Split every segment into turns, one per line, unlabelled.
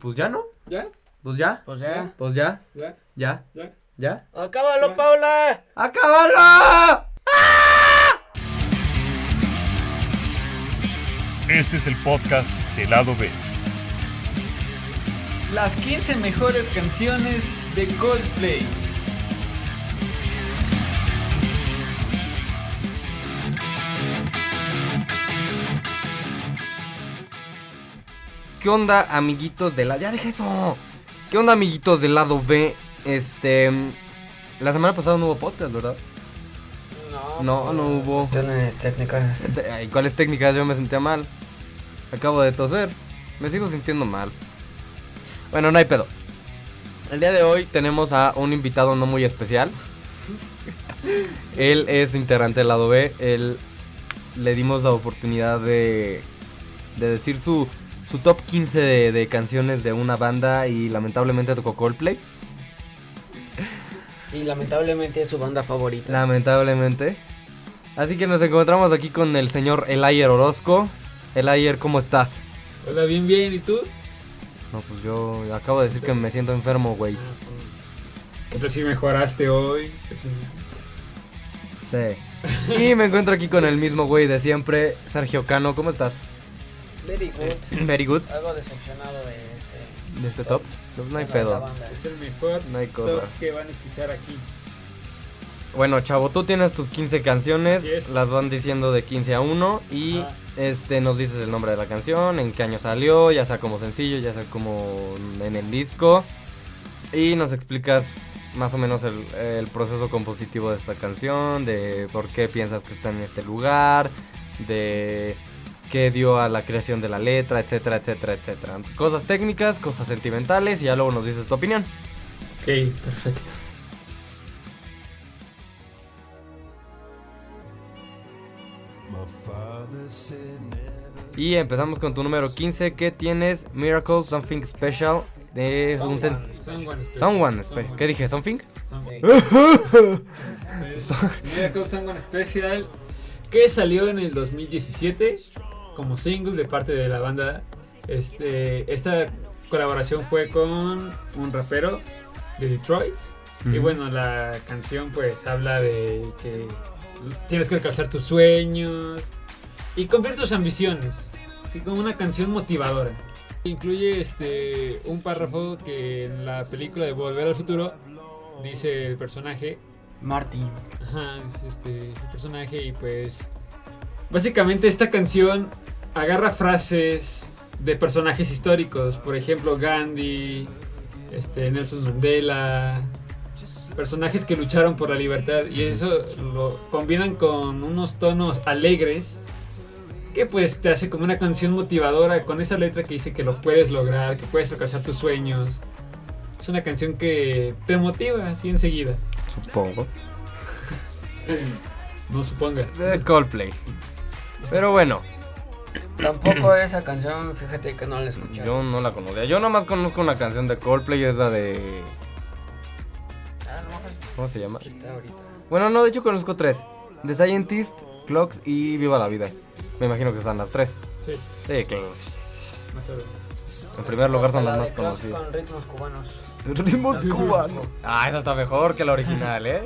pues ya no,
¿Ya?
pues ya,
Pues ya.
pues ya,
¿Ya?
ya,
¿Ya?
ya.
¡Acábalo, Paula!
¡Acábalo!
Este es el podcast de lado B.
Las 15 mejores canciones de Coldplay.
¿Qué onda, amiguitos de la... ¡Ya deja eso! ¿Qué onda, amiguitos del lado B? Este... La semana pasada no hubo podcast, ¿verdad?
No. pues,
No, no hubo.
Cuestiones técnicas.
Te- ay, ¿Cuáles técnicas? Yo me sentía mal. Acabo de toser. Me sigo sintiendo mal. Bueno, no hay pedo. El día de hoy tenemos a un invitado no muy especial. Él es integrante del lado B. Él le dimos la oportunidad de, de decir su, su top 15 de, de canciones de una banda y lamentablemente tocó Coldplay.
Y lamentablemente es su banda favorita.
Lamentablemente. Así que nos encontramos aquí con el señor Elayer Orozco. Elayer, ¿cómo estás?
Hola, bien, bien. ¿Y tú?
No, pues yo acabo de decir que me siento enfermo, güey.
Entonces sí mejoraste hoy. Sí.
Sí. Y me encuentro aquí con el mismo güey de siempre, Sergio Cano. ¿Cómo estás?
Very good.
Very good.
Algo decepcionado de este.
De este top. No, no hay
la
pedo.
banda.
Es el mejor
No hay cosa.
top que van a escuchar aquí.
Bueno, chavo, tú tienes tus 15 canciones.
Yes.
Las van diciendo de 15 a 1. Y
Ah.
este nos dices el nombre de la canción, en qué año salió, ya sea como sencillo, ya sea como en el disco. Y nos explicas más o menos el, el proceso compositivo de esta canción, de por qué piensas que está en este lugar, de qué dio a la creación de la letra, etcétera, etcétera, etcétera. Cosas técnicas, cosas sentimentales y ya luego nos dices tu opinión.
Ok, perfecto.
Y empezamos con tu número 15 que tienes Miracle Something Special de un sen-
Someone. Special.
Someone Special. ¿Qué dije? ¿Something?
Someone.
Sí.
Miracle Someone Special que salió en el 2017 como single de parte de la banda. Este, esta colaboración fue con un rapero de Detroit. Y
Ujú.
bueno, la canción pues habla de que tienes que alcanzar tus sueños y cumplir tus ambiciones. Así como una canción motivadora. Incluye este un párrafo que en la película de Volver al Futuro dice el personaje
Martin.
Ajá, es este, ese personaje y pues básicamente esta canción agarra frases de personajes históricos, por ejemplo Gandhi, este, Nelson Mandela, personajes que lucharon por la libertad y eso lo combinan con unos tonos alegres que pues te hace como una canción motivadora con esa letra que dice que lo puedes lograr, que puedes alcanzar tus sueños. Es una canción que te motiva así enseguida.
Supongo.
No supongas.
De Coldplay. Pero bueno,
Tampoco esa canción, fíjate que no la escuché.
yo no la conocía. Yo nomás conozco una canción de Coldplay, es la de...
Ah, no, pues,
¿Cómo se llama?
está ahorita.
Bueno, no, de hecho conozco tres. The Scientist, Clocks y Viva la Vida. Me imagino que están las tres.
Sí,
Sí, claro.
más o menos.
En primer lugar son
La
las
de
más
Crocs
conocidas.
Con ritmos cubanos.
Ritmos
cubanos.
Ah, esa está mejor que la original, ¿eh?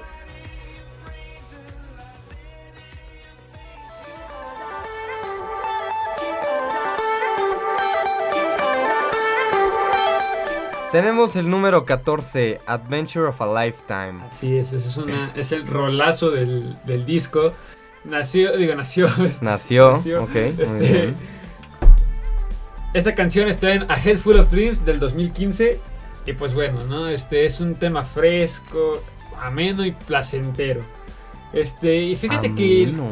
Tenemos el número 14, Adventure of a Lifetime.
Así es, ese es, una, es el rolazo del, del disco. Nació, digo, nació. este,
Nació,
nació,
ok, muy
este,
bien.
Esta canción está en A Head Full of Dreams del 2015. Y pues bueno, ¿no? Este es un tema fresco, ameno y placentero. Este, y
Ah,
fíjate que
Ameno.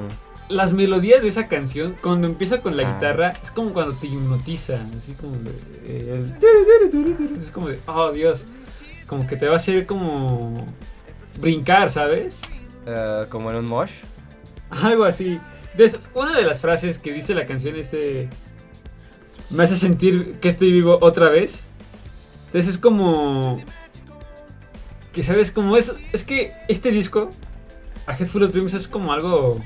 las melodías de esa canción, cuando empieza con la
Ah.
guitarra, es como cuando te hipnotizan, así como de, eh, el- es como de, oh Dios, como que te va a hacer como brincar, ¿sabes?
Eh, como en un mosh.
Algo así. Des- una de las frases que dice la canción es de, me hace sentir que estoy vivo otra vez. Entonces es como que sabes como es es que este disco A Head Full of Dreams es como algo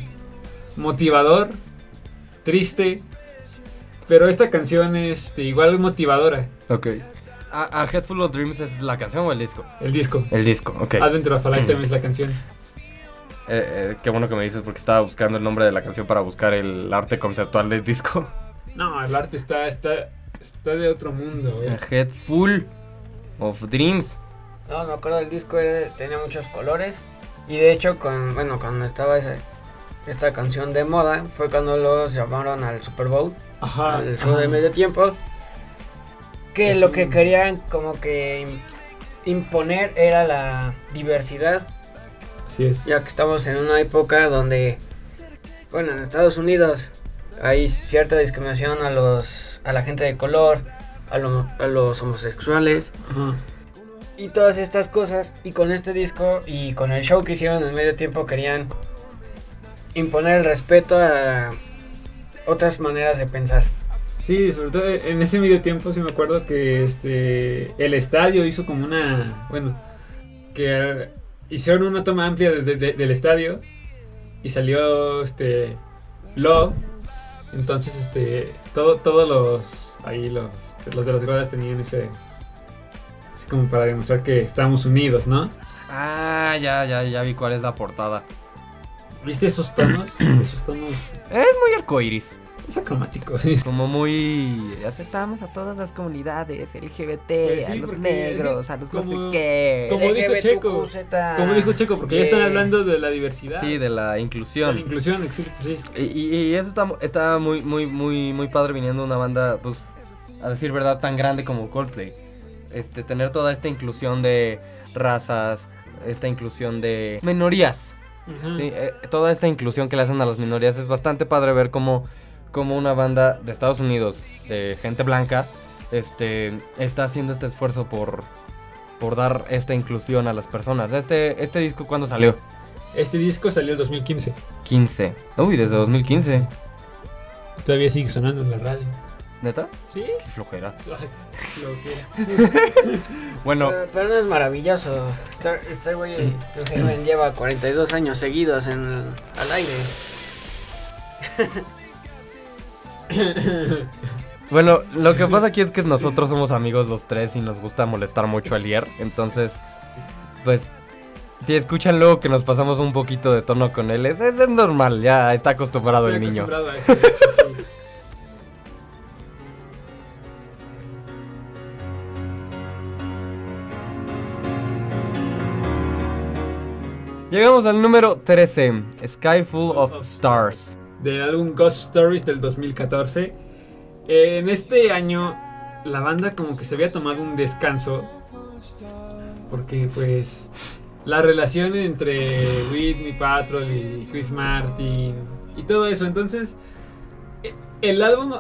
motivador, triste, pero esta canción es este, igual motivadora.
Ok. A, a Headful of Dreams es la canción o el disco?
El disco.
El disco, ok.
Adventure of a Lifetime
Mm.
es la canción.
Eh, eh, qué bueno que me dices porque estaba buscando el nombre de la canción para buscar el arte conceptual del disco.
No, el arte está, está, está de otro mundo, ¿eh? güey.
A Head Full of Dreams.
No, me acuerdo del disco, era- tenía muchos colores. Y de hecho, con, bueno, cuando estaba ese- esta canción de moda, fue cuando los llamaron al Super Bowl,
Ajá.
al show Ah, de
ajá.
medio tiempo. Que lo que querían como que im- imponer era la diversidad,
Así es.
ya que estamos en una época donde, bueno, en Estados Unidos hay cierta discriminación a los a la gente de color, a, lo- a los homosexuales.
Ajá.
y todas estas cosas. Y con este disco y con el show que hicieron en medio tiempo querían imponer el respeto a otras maneras de pensar.
Sí, sobre todo en ese medio tiempo sí me acuerdo que este el estadio hizo como una, bueno, que hicieron una toma amplia desde de- del estadio y salió este Love. Entonces este todo todos los ahí los los de las gradas tenían ese así como para demostrar que estábamos unidos, ¿no?
Ah, ya, ya, ya vi cuál es la portada.
¿Viste esos tonos? esos tonos
Muy arcoiris.
es acromático, sí.
Como muy. Aceptamos a todas las comunidades, LGBT,
Pues sí,
a los
porque-
negros, a los
como-
no sé qué.
como- dijo
LGBTQ+Z.
Checo, Como dijo Checo, porque ya están
Eh,
hablando de la diversidad.
Ah, Sí, de la
de
inclusión.
la inclusión, exacto, sí.
Y, y- y eso está, mu- está muy, muy, muy, muy padre viniendo de una banda, pues, a decir verdad, tan grande como Coldplay. Este, tener toda esta inclusión de razas, esta inclusión de minorías.
Ajá.
Sí, eh, toda esta inclusión que le hacen a las minorías es bastante padre ver cómo, cómo una banda de Estados Unidos, de gente blanca, este, está haciendo este esfuerzo por, por dar esta inclusión a las personas. Este, este disco, ¿cuándo salió?
Este disco salió en 2015.
15. Uy, desde 2015.
Todavía sigue sonando en la radio.
¿Neta?
¿Sí?
Qué flojera.
Ay, lo que-
Bueno,
Pero, pero no es maravilloso. Star- Este güey Drew Haven, lleva 42 años seguidos en el- al aire.
bueno, lo que pasa aquí es que nosotros somos amigos los tres y nos gusta molestar mucho a Lier. Entonces, pues, si escuchan luego que nos pasamos un poquito de tono con él, es, es- es normal, ya está acostumbrado el
Estoy
niño.
acostumbrado a esto, de hecho, sí.
Llegamos al número 13, Sky Full of
Of
Stars.
Del álbum Ghost Stories del 2014. Eh, en este año la banda como que se había tomado un descanso. Porque pues la relación entre Whitney Patrol y Chris Martin y todo eso. Entonces e- el álbum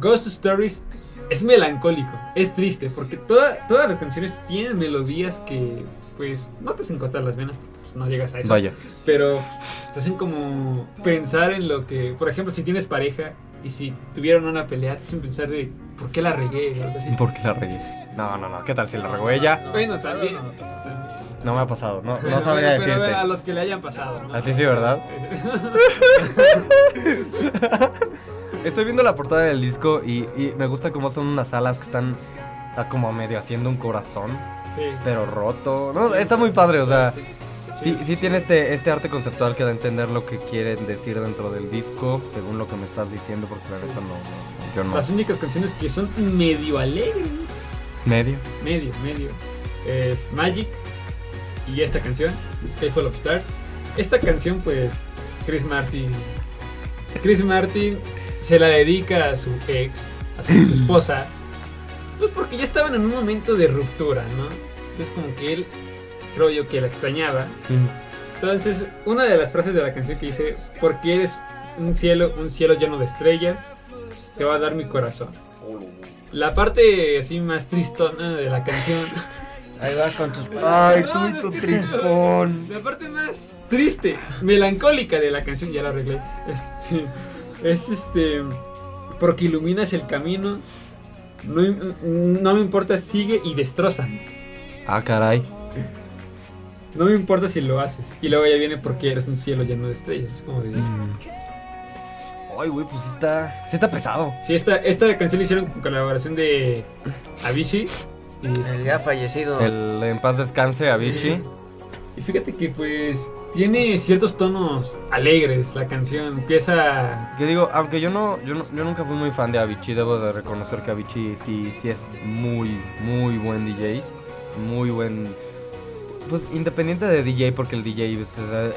Ghost Stories es melancólico, es triste. Porque toda- todas las canciones tienen melodías que pues no te hacen cortar las venas. porque, pues, No llegas a eso
Vaya.
pero te hacen como pensar en lo que, por ejemplo, si tienes pareja y si tuvieron una pelea, te hacen pensar de por qué la regué o algo así.
¿Por qué la regué? No, no, no. ¿Qué tal si la regó ella?
Bueno, también.
No me ha pasado. No, no
Pero
sabría
bueno, pero a
decirte.
los que le hayan pasado. ¿no?
A ti sí, ¿verdad? Estoy viendo la portada del disco y, y me gusta cómo son unas alas que están ah, como medio haciendo un corazón,
sí.
pero roto. No, está muy padre. O sea, sí, sí tiene este, este arte conceptual que da a entender lo que quieren decir dentro del disco, según lo que me estás diciendo, porque la neta no, no, yo no.
Las únicas canciones que son medio alegres,
Medio.
medio, medio, es Magic y esta canción, Skyfall of Stars. Esta canción, pues, Chris Martin. Chris Martin se la dedica a su ex, a su, su esposa, pues porque ya estaban en un momento de ruptura, ¿no? Es como que él, creo yo, que la extrañaba. Entonces, una de las frases de la canción que dice, porque eres un cielo, un cielo lleno de estrellas, te va a dar mi corazón. La parte así más tristona de la canción.
Ahí vas con tus
Ay,
No, no,
tú,
es que-
tristón.
La parte más triste, melancólica de la canción, ya la arreglé. Este, es este. Porque iluminas el camino. No, im- no me importa, sigue y destrozan.
Ah, caray.
No me importa si lo haces. Y luego ya viene porque eres un cielo lleno de estrellas. es Como de,
Mm. Ay, güey, pues sí está, sí está pesado.
sí, esta, esta canción la hicieron con colaboración de Avicii Y, este,
El ya fallecido.
El en paz descanse Avicii.
y fíjate que pues tiene ciertos tonos alegres la canción. Empieza
Que digo, aunque yo no, yo no- yo nunca fui muy fan de Avicii, debo de reconocer que Avicii sí, sí es muy, muy buen DJ. Muy buen. Pues independiente de DJ, porque el DJ es,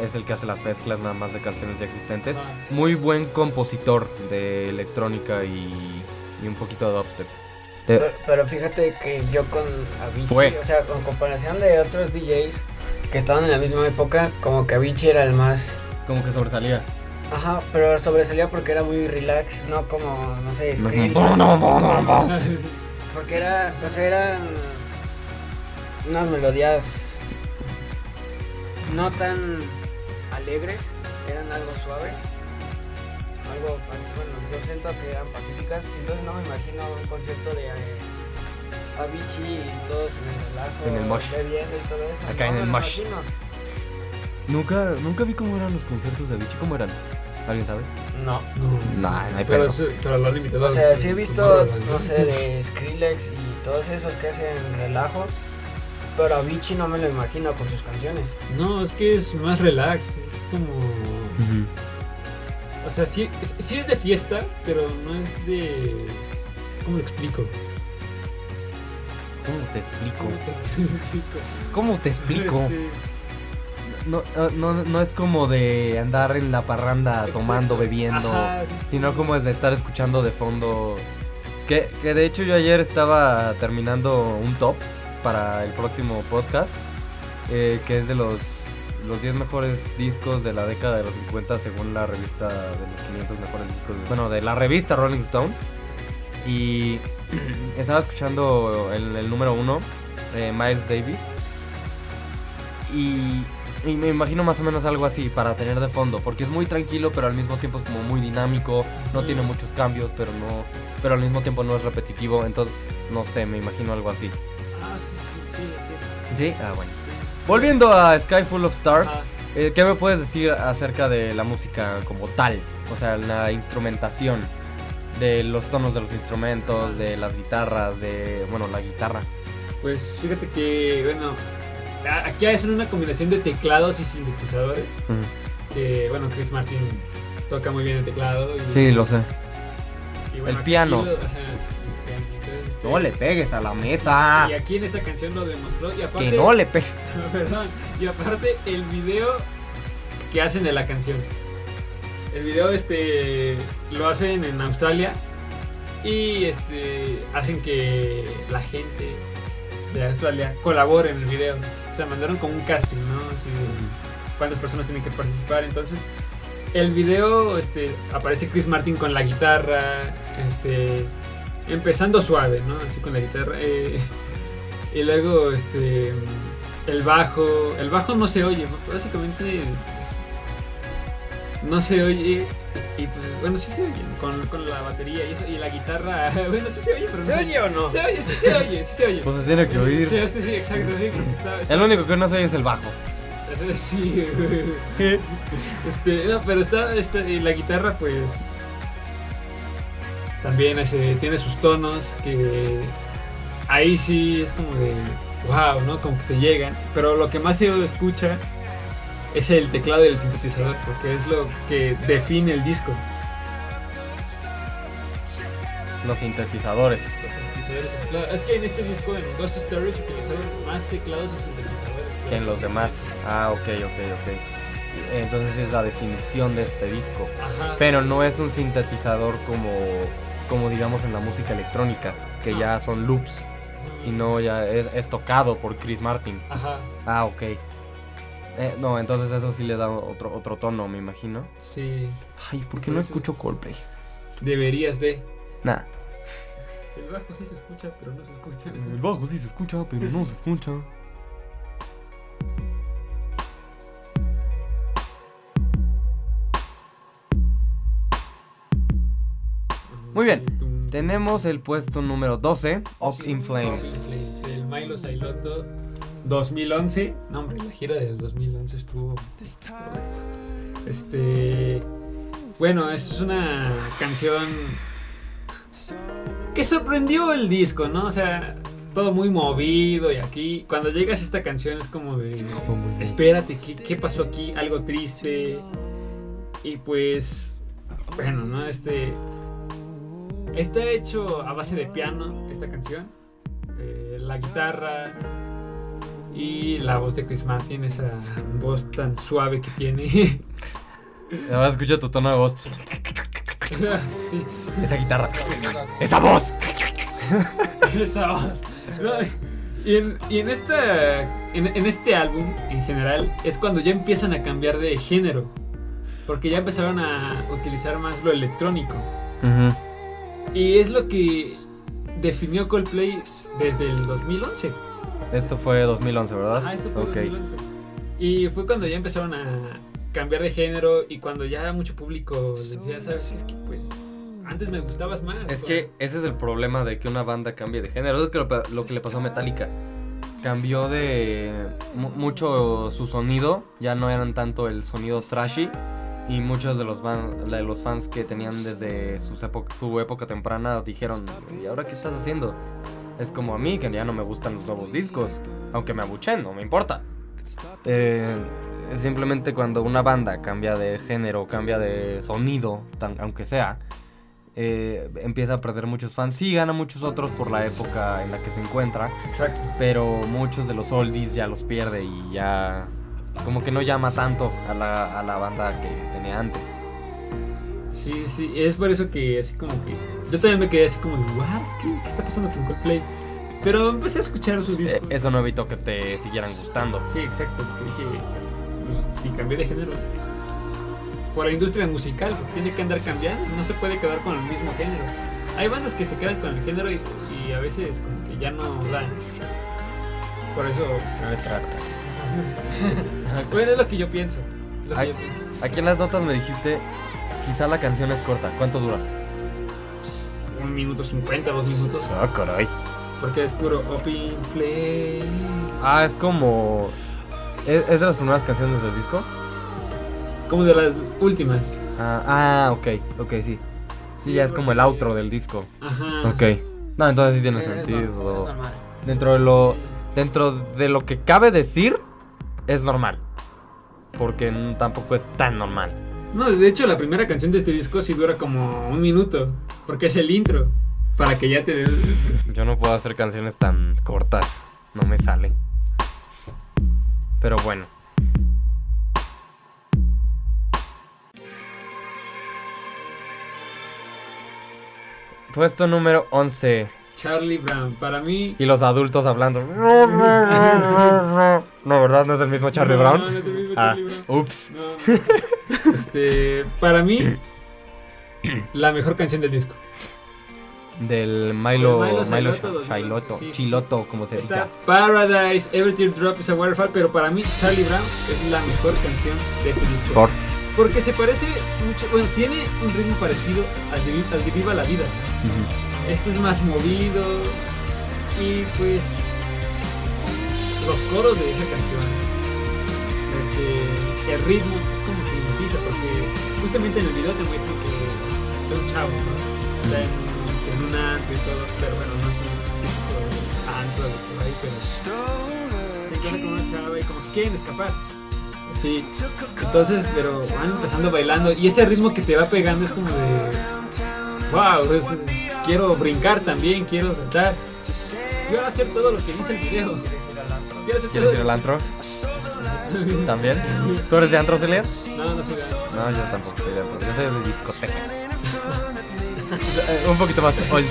es el que hace las mezclas nada más de canciones ya existentes.
Ah,
Muy buen compositor de electrónica y, y un poquito de dubstep. Te-
Pero, pero fíjate que yo con Avicii,
Fue.
o sea, con comparación de otros DJs que estaban en la misma época, como que Avicii era el más.
como que sobresalía.
Ajá, pero sobresalía porque era muy relax, no como, no sé, Skrillex. Porque era, o sea, eran unas melodías no tan alegres, eran algo suaves. Algo, bueno, yo siento que eran pacíficas, entonces no me imagino un concierto de eh, Avicii y todos en el relajo,
En el mosh.
bebiendo y todo eso.
Acá en
no me
el
lo
mosh.
imagino.
Nunca, nunca vi cómo eran los conciertos de Avicii, cómo eran. ¿Alguien sabe?
No.
no.
Nah, no hay
Pero,
pedo.
sí, pero lo han limitado.
O sea, sí he visto, no sé, de Skrillex y todos esos que hacen relajo, pero Avicii no me lo imagino con sus canciones.
No, es que es más relax. Es como.
Ujú.
O sea, sí es, sí es de fiesta, pero no es de. ¿Cómo lo explico?
¿Cómo te explico?
¿Cómo te explico?
¿Cómo te explico?
Este,
No, eh, no, no es como de andar en la parranda
Exacto.
tomando, bebiendo,
ajá, sí, sí.
sino como es de estar escuchando de fondo. Que, que de hecho yo ayer estaba terminando un top para el próximo podcast, eh, que es de los, los 10 mejores discos de la década de los 50 según la revista de los 500 mejores discos. de- bueno, de la revista Rolling Stone. Y estaba escuchando el, el número uno, eh, Miles Davis. Y, y me imagino más o menos algo así para tener de fondo, porque es muy tranquilo, pero al mismo tiempo es como muy dinámico, no tiene
Ujú.
muchos cambios, pero no pero al mismo tiempo no es repetitivo, entonces no sé, me imagino algo así.
Ah, sí, sí, sí, sí,
Sí, ah bueno.
sí.
Volviendo a Sky Full of Stars,
Ah,
eh, ¿qué me puedes decir acerca de la música como tal? O sea, la instrumentación de los tonos de los instrumentos, de las guitarras, de bueno, la guitarra.
Pues fíjate que, bueno, a- aquí hacen una combinación de teclados y sintetizadores.
Mm,
Que, bueno, Chris Martin toca muy bien el teclado. Y,
sé.
y bueno,
el
aquí
piano.
lo- ajá, el piano. Entonces, este,
No le pegues a la mesa.
Y aquí en esta canción lo demostró. Y aparte,
Ah. Que no le pegues.
perdón, y aparte el video que hacen de la canción. El video este lo hacen en Australia y este hacen que la gente de Australia colabore en el video. O sea, mandaron como un casting, ¿no? Así de cuántas personas tienen que participar. Entonces, el video este aparece Chris Martin con la guitarra, este empezando suave, ¿no? Así con la guitarra. eh, y luego, este, el bajo, el bajo no se oye, pues, básicamente no se oye. Y pues, bueno, sí se oye, con, con la batería y, eso, y la guitarra, bueno, sí se oye, pero no
¿Se oye o no?
Se oye, sí se oye, sí se oye.
Pues se tiene que oír.
Sí, sí, sí, exacto, sí, porque está-
El único que no se oye es el bajo.
está- sí, güey. este, no, pero está, está- y la guitarra pues también hace- tiene sus tonos que ahí sí es como de wow, ¿no? Como que te llegan, pero lo que más se escucha es el teclado y el sintetizador, porque es lo que define el disco.
Los sintetizadores.
Los sintetizadores y teclados. Es que en este disco, en Ghost Stories, utilizaron más teclados y sintetizadores
que en los demás. Ah, ok, ok, ok. Entonces es la definición de este disco.
Ajá.
Pero no es un sintetizador como, como digamos en la música electrónica, que
No.
ya son loops, sino ya es, es tocado por Chris Martin.
Ajá.
Ah, ok. Eh, no, entonces eso sí le da otro, otro tono, me imagino.
Sí,
Ay, ¿por qué no escucho Coldplay?
deberías de.
Nah.
El bajo sí se escucha, pero no se escucha.
Pues, El bajo sí se escucha, pero no se escucha. Muy bien.
Tum,
Tenemos el puesto número 12, Up in Flames.
tum, El Milo Sailoto 2011. No, hombre, la gira del 2011 estuvo. Este. Bueno, esto es una canción que sorprendió el disco, ¿no? O sea, todo muy movido y aquí. Cuando llegas a esta canción es como de. Espérate, ¿qué, qué pasó aquí? Algo triste. Y pues. Bueno, ¿no? Este. Está hecho a base de piano esta canción. Eh, la guitarra. Y la voz de Chris Martin, esa voz tan suave que tiene.
Nada más escucha tu tono de voz.
sí.
Esa guitarra. Esa voz.
Esa voz. No, y en, y en esta, en, en este álbum, en general, es cuando ya empiezan a cambiar de género. Porque ya empezaron a utilizar más lo electrónico. Y es lo que definió Coldplay desde el 2011.
Esto fue 2011, ¿verdad?
Ajá, Ah, esto fue
Ok.
2011. Y fue cuando ya empezaron a cambiar de género y cuando ya mucho público les decía, ¿sabes qué? Es que pues antes me gustabas más.
Es
o-
que ese es el problema de que una banda cambie de género. Es que lo, lo que le pasó a Metallica. Cambió de mu- mucho su sonido. Ya no eran tanto el sonido thrashy. Y muchos de los, van- de los fans que tenían desde sus epo- su época temprana dijeron: ¿Y ahora qué estás haciendo? Es como a mí, que ya no me gustan los nuevos discos. Aunque me abuchen, no me importa. Eh, simplemente cuando una banda cambia de género, cambia de sonido, tan- aunque sea, eh, empieza a perder muchos fans. Sí, gana muchos otros por la época en la que se encuentra,
Exacto.
pero muchos de los oldies ya los pierde y ya como que no llama tanto a la, a la banda que tenía antes.
Sí, sí, es por eso que así como que... Yo también me quedé así como, ¿what? ¿Qué, qué está pasando con Coldplay? Pero empecé a escuchar su
Eh,
disco.
Eso no evitó que te siguieran gustando.
Sí, exacto. porque dije, pues, sí, cambié de género. Por la industria musical, porque tiene que andar cambiando, no se puede quedar con el mismo género. Hay bandas que se quedan con el género y, y a veces como que ya no dan. Por eso,
No me trata.
bueno, es lo que yo pienso. lo que
Ay.
yo pienso.
Aquí en las notas me dijiste, quizá la canción es corta, ¿cuánto dura?
Un minuto cincuenta, dos minutos,
Ah, caray.
porque es puro open play.
Ah, es como... ¿Es, es de las primeras canciones del disco?
Como de las últimas.
Ah, ah, ok, ok, sí. Sí, ya es como el outro del disco.
Ajá.
Ok. No, entonces sí
Eh,
tiene sentido. Dentro de lo. Dentro de lo que cabe decir, es normal. Porque n- tampoco es tan normal.
No, de hecho la primera canción de este disco sí dura como un minuto, porque es el intro, para que ya te des...
Yo no puedo hacer canciones tan cortas. No me sale. Pero bueno. Puesto número 11.
Charlie Brown. Para mí...
Y los adultos hablando. No, ¿verdad? No es el mismo Charlie
No,
Brown.
No, no es el mismo
Ah,
Charlie Brown.
ups.
No, no. Este, para mí, la mejor canción del disco.
Del Milo,
Del Milo
Milo,
Xyloto,
Xy-
2011,
Xyloto,
sí, sí,
Chiloto, como se
Está
diga.
Paradise, Every Teardrop is a Waterfall, pero para mí Charlie Brown es la mejor canción de este disco.
Por.
Porque se parece mucho, bueno, tiene un ritmo parecido al de, Vi- al de Viva la Vida. Este es más movido y pues los coros de esa canción, este, el ritmo es como que hipnotiza porque justamente en el video te muestra que es un chavo, ¿no? Está en, en un antro y todo, pero bueno, no es un tipo antro de por ahí, pero se encuentra con una chava y como que quieren escapar. Sí, entonces, pero van empezando bailando y ese ritmo que te va pegando es como de wow, es- quiero brincar también, quiero saltar. Yo voy a hacer todo lo que dice el video. Quiero hacer
¿Quieres ir al
todo
antro?
lo que-
¿También? ¿Tú eres de antro, Celia?
No, no soy gay.
No, yo tampoco soy de antro. Yo soy de discotecas. Eh, Un poquito más oldie.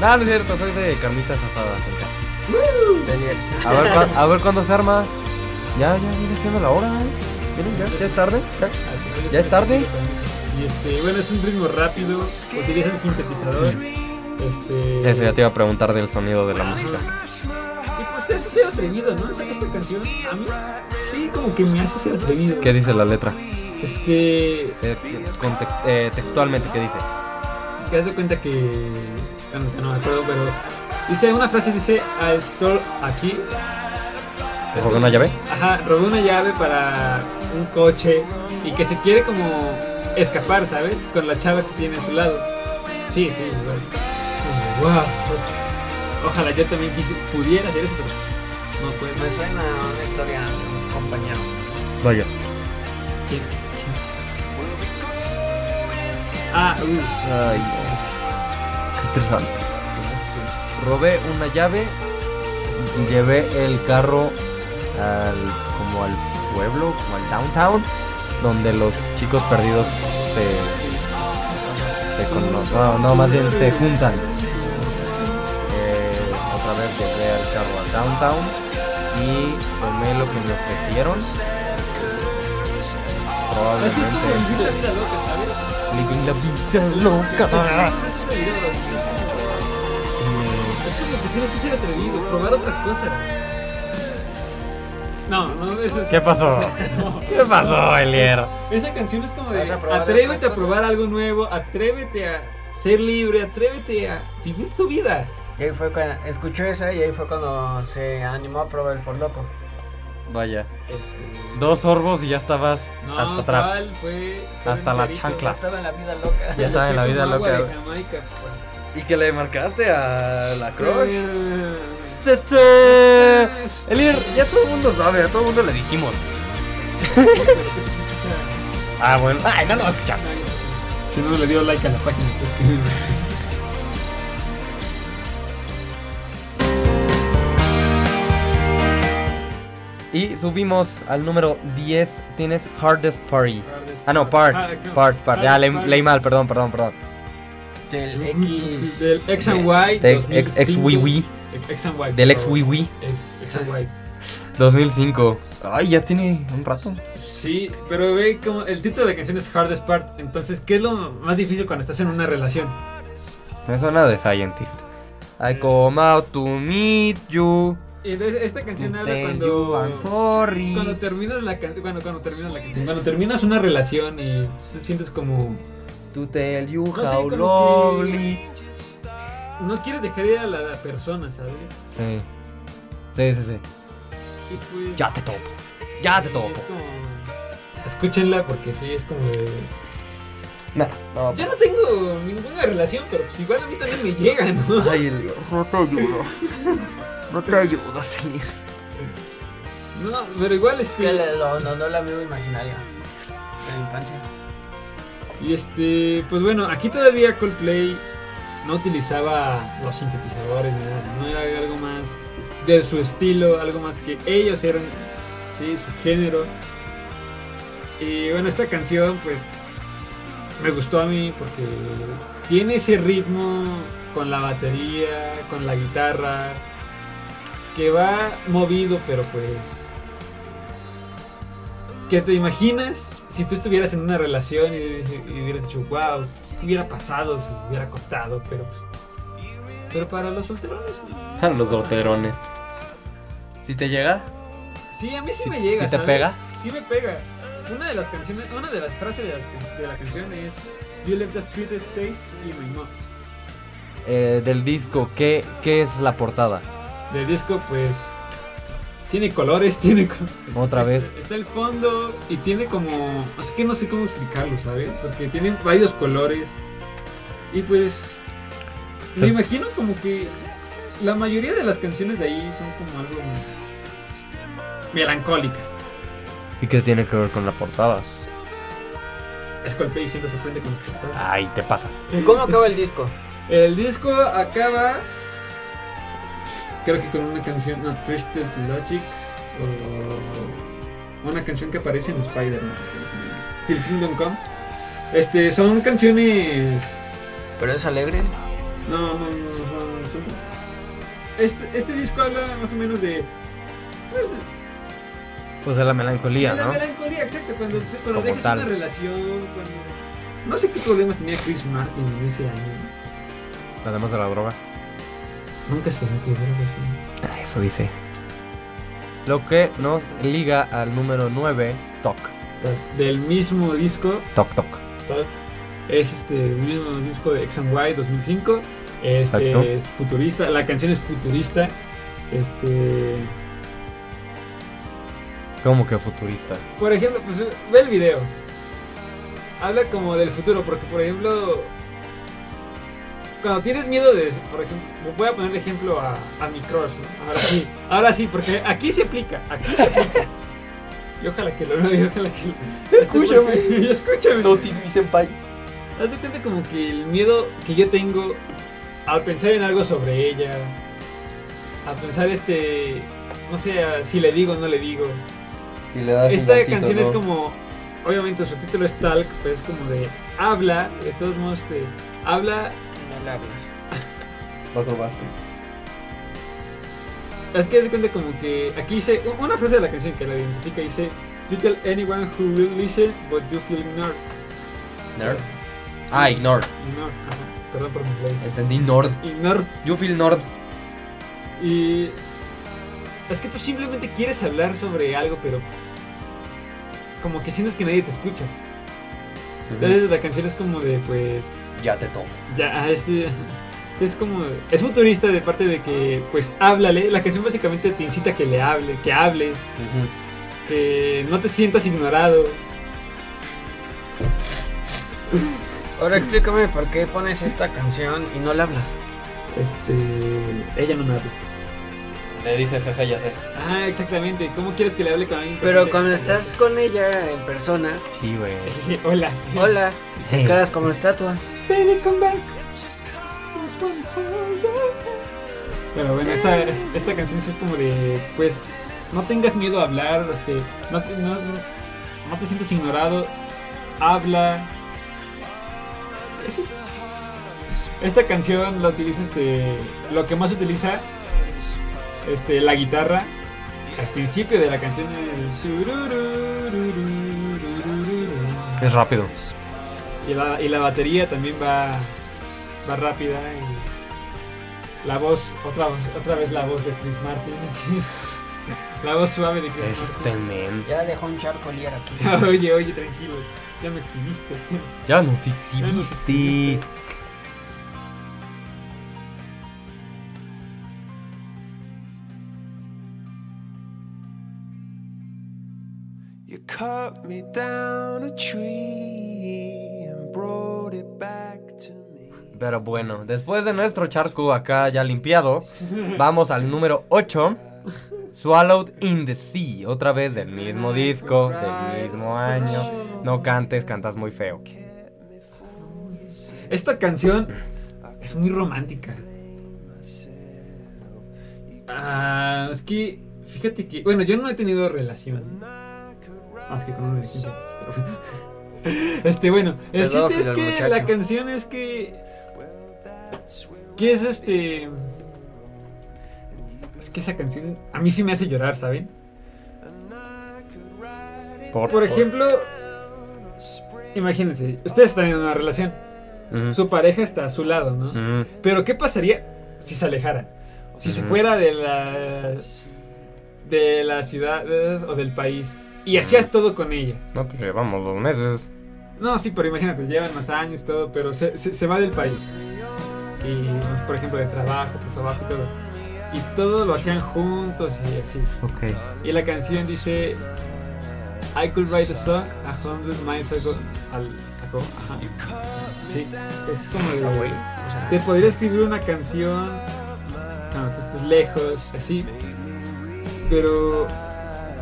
No, no es cierto. Soy de carnitas asadas en casa.
Daniel.
A ver, cuán- a ver cuándo se arma. Ya, ya viene siendo la hora. ¿eh? Miren, ya, ya es tarde. ya. ¿Ya es tarde?
Y este, bueno, es un ritmo rápido, utilizan sintetizador. Este...
Eso ya te iba a preguntar del sonido de la
Ajá.
música.
Y pues te hace ser atrevido, ¿no? Esa- Esta canción, a mí, sí, como que me hace ser atrevido.
¿Qué dice la letra?
Este,
Eh, que- context- eh, textualmente, ¿qué dice?
te das de cuenta que bueno, no me acuerdo pero dice una frase dice al store aquí
¿Es una llave?
ajá robó una llave para un coche y que se quiere como escapar sabes con la chava que tiene a su lado sí sí igual. Como, wow Ojalá yo también quisi- pudiera hacer eso, pero no pues, puedo.
Pues Me suena a una historia de un compañero.
Vaya.
¿Quién? Ah, uy.
Ay, no. Qué estresante.
pues,
Robé una llave, llevé el carro al, como al pueblo, como al downtown, donde los chicos perdidos se, se cono- no, no, más bien se juntan. Eh, otra vez llevé al carro al downtown y tomé lo que me ofrecieron. Probablemente living la vida loca. Mm,
Eso es lo que tienes que ser atrevido, probar otras cosas. No, no, eso es.
¿Qué pasó? ¿Qué pasó, Elier?
Esa canción es como de
Vas a probar
atrévete
otras
a probar
cosas.
algo nuevo, atrévete a ser libre, atrévete a vivir tu vida.
Y ahí fue cuando escuchó esa y ahí fue cuando se animó a probar el forloco.
Vaya,
Este,
dos sorbos y ya estabas
no,
hasta atrás.
¿cuál fue? Fue
Hasta las
enterito.
chanclas.
Estaba en la vida loca.
Ya estaba en la
Con
vida
agua de
loca.
Jamaica. pues.
¿Y que le marcaste a
Este-
la
Eh,
Este- Elier, ya todo el mundo sabe, a todo el mundo le dijimos. Ah, bueno. Ay, no lo vas a escuchar.
Si no le dio like a la página, pues,
Y subimos al número 10. Tienes Hardest Party. Ah, no, Part. Part, part. Ya, leí, leí mal, perdón, perdón, perdón.
Del X.
Del X and Y.
Del ex- ex
2005.
Wiwi.
Ex and Y.
Del
por
ex
favor.
Wii Wii
Ex- Ex and Y.
2005. Ay, ya tiene un rato.
Sí, pero ve como el título de la canción es Hardest Part. Entonces, ¿qué es lo más difícil cuando estás en una relación?
Me suena de Scientist. I come out to meet you.
Y de- esta canción habla
Tell you I'm
cuando
sorry.
cuando terminas la canción, bueno, cuando terminas la canción, cuando terminas una relación y te sientes como
To tell you
sé,
how
como que-
lovely.
no quieres dejar ir a la persona, ¿sabes?
Sí. Sí, sí, sí.
Y pues,
Ya te topo. ya te
sí,
topo.
es como- Escúchenla porque sí es como de
Nah, no.
Yo no tengo ninguna relación, pero pues igual a mí también me llega, ¿no?
pues. Ay, Elías, no te ayudo. No te ayudas, Elías.
No, pero igual este, es
Es que le- lo, lo- no la veo imaginaria. De la infancia.
Y este, pues bueno, aquí todavía Coldplay no utilizaba los sintetizadores ni nada, no era algo más de su estilo, algo más que ellos eran, sí, su género. Y bueno, esta canción pues me gustó a mí porque tiene ese ritmo con la batería, con la guitarra, que va movido, pero pues que te imaginas si tú estuvieras en una relación y, y hubieras dicho, wow, ¿qué hubiera pasado si hubiera acostado? Pero, pues, pero para los solterones,
Los solterones. Si te llega,
sí, a mí sí
si,
me llega.
si te
¿sabes?
pega.
Sí me pega. Una de las canciones, una de las frases de la, de la canción es You left the sweetest taste in my mouth.
Eh, del disco, ¿qué, ¿qué es la portada?
Del disco, pues, tiene colores, tiene... co-
Otra vez.
Este, Está el fondo y tiene como... Es que no sé cómo explicarlo, ¿sabes? Porque tiene varios colores. Y pues... Me
Sí.
imagino como que... La mayoría de las canciones de ahí son como algo... Melancólicas.
¿Y qué tiene que ver con la portada?
Scorpio siempre sorprende con los cantados.
Ay, te pasas.
¿Cómo acaba el disco?
El disco acaba. Creo que con una canción. No, Twisted Logic. O. Una canción que aparece en Spider-Man. que es en Till Kingdom Come. Este, son canciones.
¿Pero es alegre?
No, no, no, no, son. son- Este, este disco habla más o menos de. pues,
Pues de la melancolía,
de la
¿no?
melancolía, exacto. Cuando, cuando
Como
dejas
tal.
una relación. Cuando... No sé qué problemas tenía Chris Martin en ese año.
Además de la droga.
Nunca se me quedó algo así.
Ah, Eso dice. Lo que nos liga al número 9, Toc.
del mismo disco,
Toc, Toc.
Talk, es este el mismo disco de X and Y 2005. Este
Exacto.
es futurista, la canción es futurista. Este,
Como que futurista.
por ejemplo, pues ve el video. Habla como del futuro, porque por ejemplo cuando tienes miedo de, por ejemplo, voy a poner de ejemplo a, a mi crush, ¿no? ahora sí, ahora sí, porque aquí se aplica, aquí se aplica. Y ojalá que lo logre, y ojalá que lo...
Escúchame.
Y escúchame.
Notice mi senpai.
Haz de cuenta como que el miedo que yo tengo al pensar en algo sobre ella, al pensar este, no sé, a si le digo o no le digo.
Y le das un
Esta
lancito,
canción
¿no?
es como, obviamente su título es Talk, pero es como de habla, de todos modos te habla.
No le hablas.
Paso base.
Es que haz de cuenta como que aquí dice u- una frase de la canción que la identifica dice You tell anyone who will listen, but you feel ignored.
Nerd. Ah, ignore.
Ignored, ajá. Perdón por mi inglés.
Entendí nord.
Ignored
You feel nord.
Y es que tú simplemente quieres hablar sobre algo, pero como que sientes que nadie te escucha.
Eh,
Entonces la canción es como de, pues,
Ya te tomo.
ya, ah, este, es como, es futurista de parte de que, pues, háblale. La canción básicamente te incita a que le hable, que hables, que no te sientas ignorado.
Ahora explícame por qué pones esta canción y no le hablas.
Este, ella no me habla.
Le dice jefe, ya sé.
Ah, exactamente. ¿Cómo quieres que le hable con alguien? que no
Pero
te-
cuando estás con ella en persona,
Sí, güey.
Hola.
hola, te quedas como estatua.
Pero bueno, esta, esta canción sí es como de, pues, no tengas miedo a hablar, este, no, te, no, no- no te sientas ignorado, habla. Es- Esta canción la utiliza, este, lo que más utiliza, este, la guitarra, al principio de la canción el...
Es rápido.
Y la, y la batería también va, va rápida. y la voz, otra, voz- otra vez la voz de Chris Martin. la voz suave de Chris
Este men.
Ya dejó un charco liar aquí.
Martin. oye, oye, tranquilo. Ya me exhibiste.
Ya nos
Ya nos
exhibiste.
exhibiste.
You cut me down a tree and brought it back to me.
Pero bueno, después de nuestro charco acá ya limpiado, vamos al número 8. Swallowed in the Sea, otra vez del mismo disco, del mismo año. No cantes, cantas muy feo.
Esta canción es muy romántica. Ah, es que, fíjate que, bueno, yo no he tenido relación. Más que con una de 15. Este, bueno, el
Pedófilo
chiste es
el
que
muchacho.
la canción es que. Que es este. Es que esa canción a mí sí me hace llorar, ¿saben? Por ejemplo, imagínense, ustedes están en una relación,
Ujú.
su pareja está a su lado, ¿no?
Ujú.
Pero ¿qué pasaría si se alejara? Si se
Ujú.
fuera de la de la ciudad eh, o del país y hacías todo con ella.
No, pues llevamos dos meses.
No, sí, pero imagínate, llevan más años y todo, pero se, se- se va del país. Y pues, por ejemplo de trabajo, por trabajo y todo. Y todo lo hacían juntos y así.
Ok.
Y la canción dice I could write a song a hundred miles ago. Al, ago, ajá. Sí, es como de- te podría escribir una canción cuando tú estés lejos, así. Pero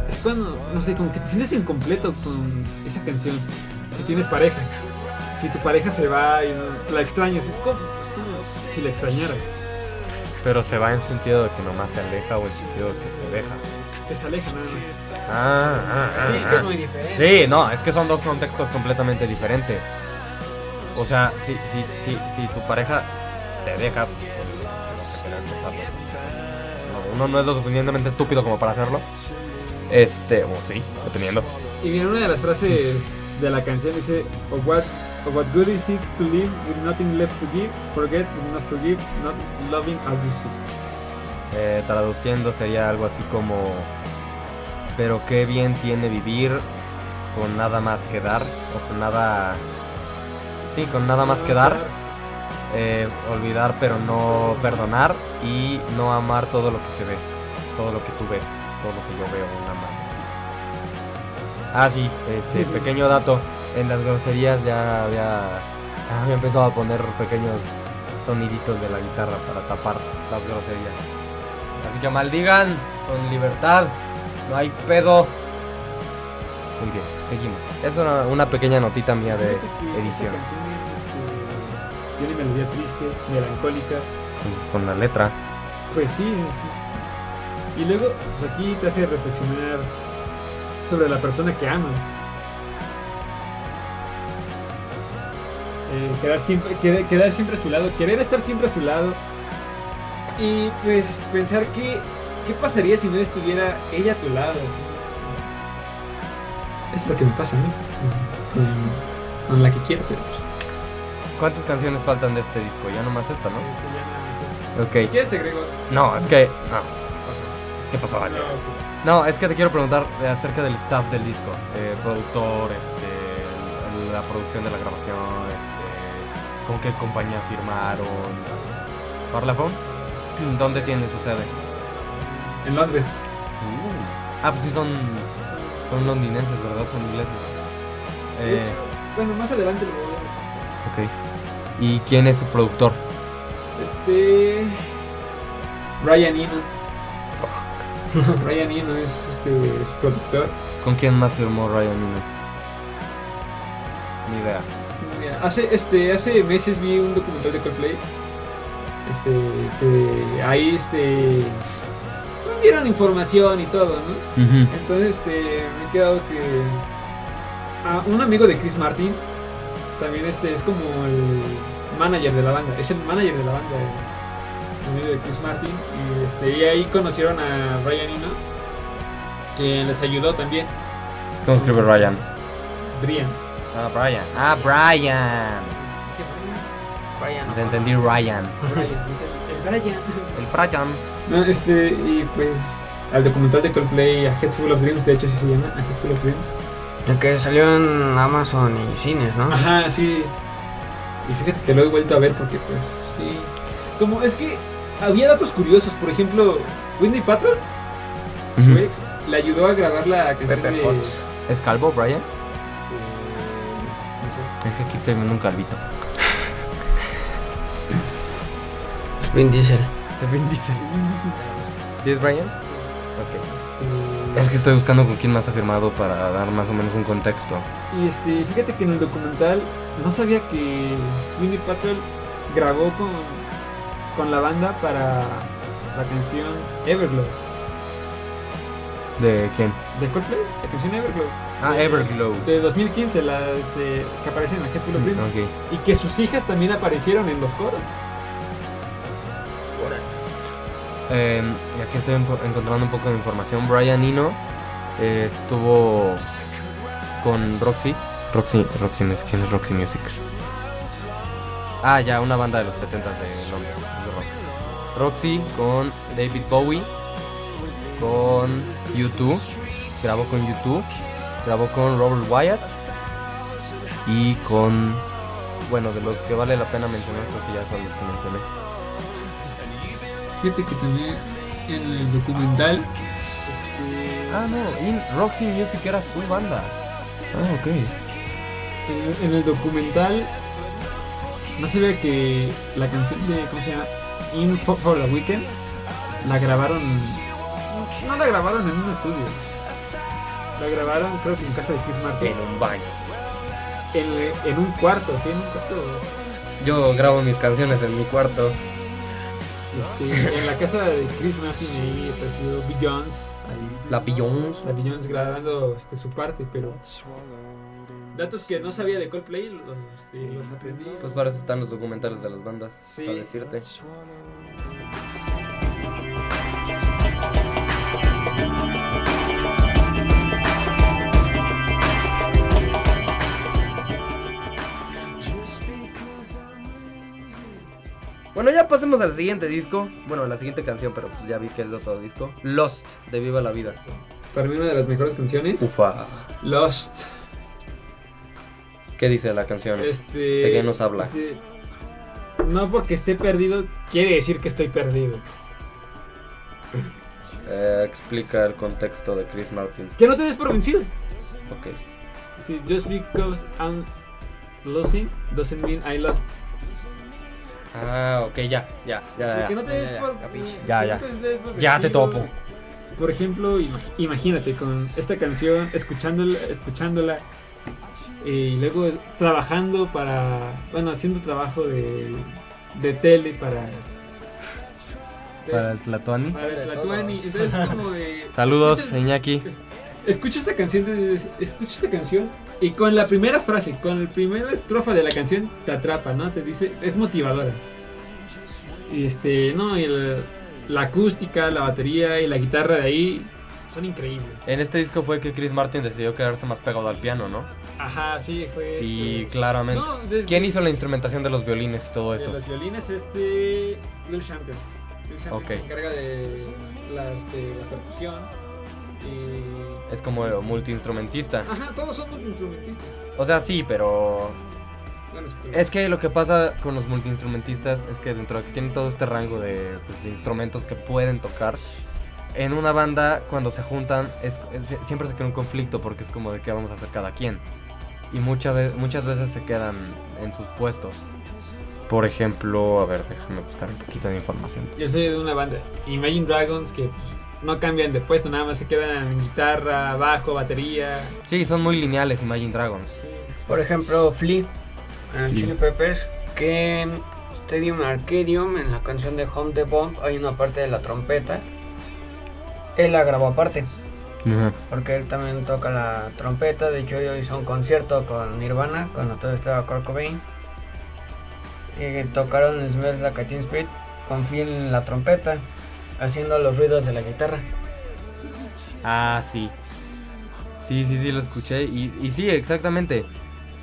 es cuando, no sé, como que te sientes incompleto con esa canción. Si tienes pareja, si tu pareja se va y no- la extrañas, es como, es como si la extrañaras.
Pero se va en sentido de que nomás se aleja o en sentido de que te deja.
Te aleja nada más.
Ah, ah, ah,
Sí, es que es
ah.
muy diferente.
Sí, no, es que son dos contextos completamente diferentes. O sea, si, si, si, si tu pareja te deja, pues, no te quedas con otra persona. No, uno no es lo suficientemente estúpido como para hacerlo. Este, o sí, dependiendo.
Y viene una de las frases de la canción, dice, of what, of what good is it to live with nothing left to give, forget with not forgive, not loving or receiving.
Eh, traduciendo sería algo así como, pero qué bien tiene vivir con nada más que dar, o con nada... Sí, con nada más que dar. eh, olvidar pero no perdonar y no amar todo lo que se ve, todo lo que tú ves, todo lo que yo veo en la mano. sí. Ah, sí, este,
Sí.
pequeño dato, en las groserías ya había, ya había empezado a poner pequeños soniditos de la guitarra para tapar las groserías. Así que maldigan con libertad, no hay pedo. Muy bien, seguimos. Es una, una pequeña notita mía de edición.
Este, Tiene melodía triste, melancólica.
Pues con la letra.
Pues sí. es- Y luego pues aquí te hace reflexionar sobre la persona que amas. Eh, quedar, siempre, qued- quedar siempre a su lado, querer estar siempre a su lado. Y pues pensar que, qué pasaría si no estuviera ella a tu lado. así? Es lo que me pasa a mí. Con, con la que quiero, pero pues,
¿Cuántas canciones faltan de este disco? Ya nomás esta, ¿no?
este, ya nada más.
Ok.
¿Quieres te agrego?
No, es que. No. ¿Qué pasó, Vale?
No, pues.
No, es que te quiero preguntar eh, acerca del staff del disco. Eh, productor, este, el- la producción de la grabación, este, con qué compañía firmaron. ¿Parlafon? ¿Dónde tiene su sede?
En Londres.
Ah, pues sí, son, son londinenses, ¿verdad? Son ingleses.
De
Eh,
hecho, bueno, más adelante lo voy a...
ok. ¿Y quién es su productor?
Este... Brian Eno. Brian Eno es este es productor.
¿Con quién más firmó Ryan Eno? Ni idea.
Mira, Hace, este, hace meses vi un documental de Coldplay. Este, que ahí este, pues, dieron información y todo, ¿no? Entonces este, me he quedado que... a un amigo de Chris Martin también este, es como el manager de la banda. Es el manager de la banda. el amigo de Chris Martin. Y, este, y ahí conocieron a Brian Eno, quien les ayudó también.
¿Cómo escribe Ryan?
Brian.
Ah, Brian. Ah, Brian.
Brian,
Te
O'Connor.
entendí Ryan.
Brian, es el- el Brian.
El Brian.
No, este, y pues al documental de Coldplay, A Head Full of Dreams, de hecho sí se llama, A Head Full of Dreams.
El que salió en Amazon y cines, ¿no?
Ajá, sí. Y fíjate que lo he vuelto a ver porque pues sí. Como es que había datos curiosos, por ejemplo, Whitney Patrol, su ex, le ayudó a grabar la canción
Pepper
de...
Potts.
¿Es calvo, Brian?
eh,
Es que aquí estoy viendo un calvito.
Es Vin Diesel.
Es bien Diesel. ¿Sí es Brian? Ok.
no sé,
Mm. Es
este,
que estoy buscando con quién más ha firmado para dar más o menos un contexto.
Y este, fíjate que en el documental no sabía que Winnie Patrol grabó con, con la banda para la canción Everglow.
¿De quién?
¿De Coldplay? La canción Everglow.
Ah,
De-
Everglow.
De 2015, la este, que aparece en la Head Full of Dreams.
Ok.
Y que sus hijas también aparecieron en los coros.
Eh, y aquí estoy enco- encontrando un poco de información. Brian Eno eh, estuvo con Roxy. Roxy, Roxy Music. ¿Quién es Roxy Music? Ah, ya, una banda de los 70 de Londres. de rock. Roxy con David Bowie, con U2, grabó con U2, grabó con Robert Wyatt y con. Bueno, de los que vale la pena mencionar, creo que ya son los que mencioné.
Fíjate que también en el documental. este,
Ah, no, In Roxy Music era su banda. Ah, ok.
En, en el documental no se ve que la canción de cómo se llama In for, for the Weekend la grabaron no la grabaron en un estudio la grabaron creo que en casa de Chris Martin
un baño.
en, en un cuarto sí en un cuarto
Yo grabo mis canciones en mi cuarto.
este, en la casa de Chris Martin ahí apareció Beyoncé ahí
La Beyoncé.
la Beyoncé grabando este, su parte pero datos que no sabía de Coldplay los, este, los aprendí
Pues para eso están los documentales de las bandas.
Sí.
Para decirte. Bueno, ya pasemos al siguiente disco. Bueno, a la siguiente canción, pero pues ya vi que es de otro disco. Lost, de Viva la Vida.
para mí una de las mejores canciones
Ufa.
Lost
¿Qué dice la canción?
Este.
¿De qué nos habla?
este, no porque esté perdido quiere decir que estoy perdido.
Eh, explica el contexto de Chris Martin.
Que no te des por vencido.
Ok.
Sí, just because I'm losing doesn't mean I lost.
Ah, ok, ya, ya, ya,
que
ya.
no te des
ya,
por.
capiche.
Ya,
que
ya.
no te des por
Ya te
vencido.
topo.
Por ejemplo, i- imagínate con esta canción, escuchándola, escuchándola eh, y luego trabajando para. Bueno, haciendo trabajo de, de tele para.
Para el Tlatuani.
para el Tlatuani. Entonces, es como de.
Saludos,
Entonces,
Iñaki.
Escucha esta canción, de- escucha esta canción y con la primera frase, con la primera estrofa de la canción te atrapa, ¿no? Te dice, es motivadora. Y este, no, y el- la acústica, la batería y la guitarra de ahí son increíbles.
En este disco fue que Chris Martin decidió quedarse más pegado al piano, ¿no?
Ajá, sí, fue
Y
este-
claramente.
No, desde-
¿Quién hizo la instrumentación de los violines y todo
de
eso?
los violines este Will Champion. Will Champion
Ok.
se encarga de las de la percusión y
Es como multiinstrumentista.
ajá, todos somos instrumentistas.
O sea, sí, pero
Bueno, sí,
Es que lo que pasa con los multiinstrumentistas es que dentro de que tienen todo este rango de, pues, de instrumentos que pueden tocar, en una banda cuando se juntan es, es- siempre se crea un conflicto porque es como de qué vamos a hacer cada quien. Y muchas veces, muchas veces se quedan en sus puestos. Por ejemplo, a ver, déjame buscar un poquito de información.
Yo soy de una banda, Imagine Dragons, que pues, no cambian de puesto, nada más se quedan en guitarra, bajo, batería.
Sí, son muy lineales Imagine Dragons.
Por ejemplo, Flea, en el
Flea.
Chili Peppers, que en Stadium Arcadium, en la canción de Home the Bomb, hay una parte de la trompeta. Él la grabó aparte, porque él también toca la trompeta. De hecho, yo hizo un concierto con Nirvana, cuando todo estaba Kurt Cobain. Y tocaron Smells Like a Teen Spirit con Flea en la trompeta, haciendo los ruidos de la guitarra.
Ah, sí. Sí, sí, sí, lo escuché. Y, y sí, exactamente.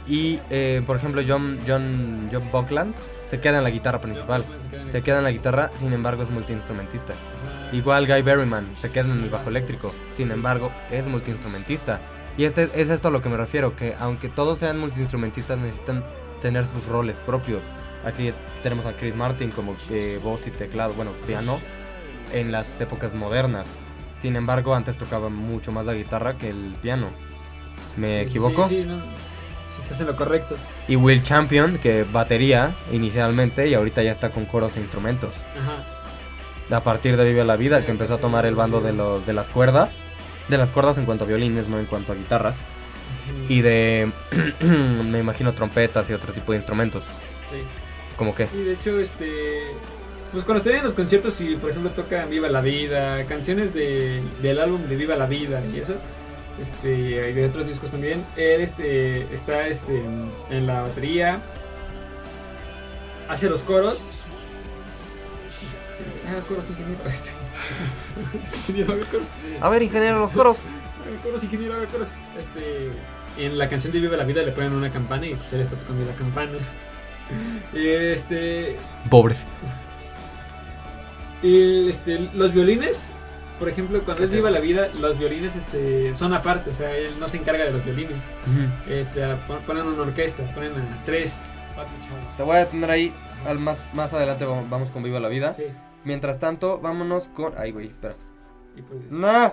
Y, eh, por ejemplo, John, John, John Buckland se queda en la guitarra principal. Se queda en la guitarra, sin embargo, es multiinstrumentista.
Ajá.
Igual Guy Berryman se queda en el bajo eléctrico. Sin embargo, es multiinstrumentista. Y este, es esto a lo que me refiero, que aunque todos sean multiinstrumentistas, necesitan tener sus roles propios. Aquí tenemos a Chris Martin como eh, voz y teclado, bueno, piano, en las épocas modernas. Sin embargo, antes tocaba mucho más la guitarra que el piano. ¿Me
Sí,
equivoco?
Sí, sí, no. Sí, estás en lo correcto.
Y Will Champion, que batería inicialmente y ahorita ya está con coros e instrumentos.
Ajá.
a partir de Vive la Vida, que empezó a tomar el bando de, los, de las cuerdas, de las cuerdas en cuanto a violines, no en cuanto a guitarras, y de, me imagino, trompetas y otro tipo de instrumentos,
Sí.
como que.
Sí, de hecho, este. Pues cuando estoy en los conciertos y, por ejemplo, tocan Viva la Vida, canciones de, del álbum de Viva la Vida y eso, este, y de otros discos también, él este, está este, en, en la batería, hace los coros. Ah, coros ingeniero. Este. ingeniero, haga coros.
A ver, ingeniero, los coros.
Haga coros, ingeniero, haga coros. Este, en la canción de Viva la Vida le ponen una campana y pues él está tocando la campana. Este,
Pobres.
y, este, los violines, por ejemplo, cuando él
Ok.
lleva la vida, los violines este, son aparte, o sea, él no se encarga de los violines. Este, a- pon- ponen una orquesta, ponen a tres, cuatro chavos.
Te voy a tener ahí, al más, más adelante vamos vamos con Viva la Vida.
Sí,
Mientras tanto, vámonos con... Ay, güey, espera.
y pues,
¡No!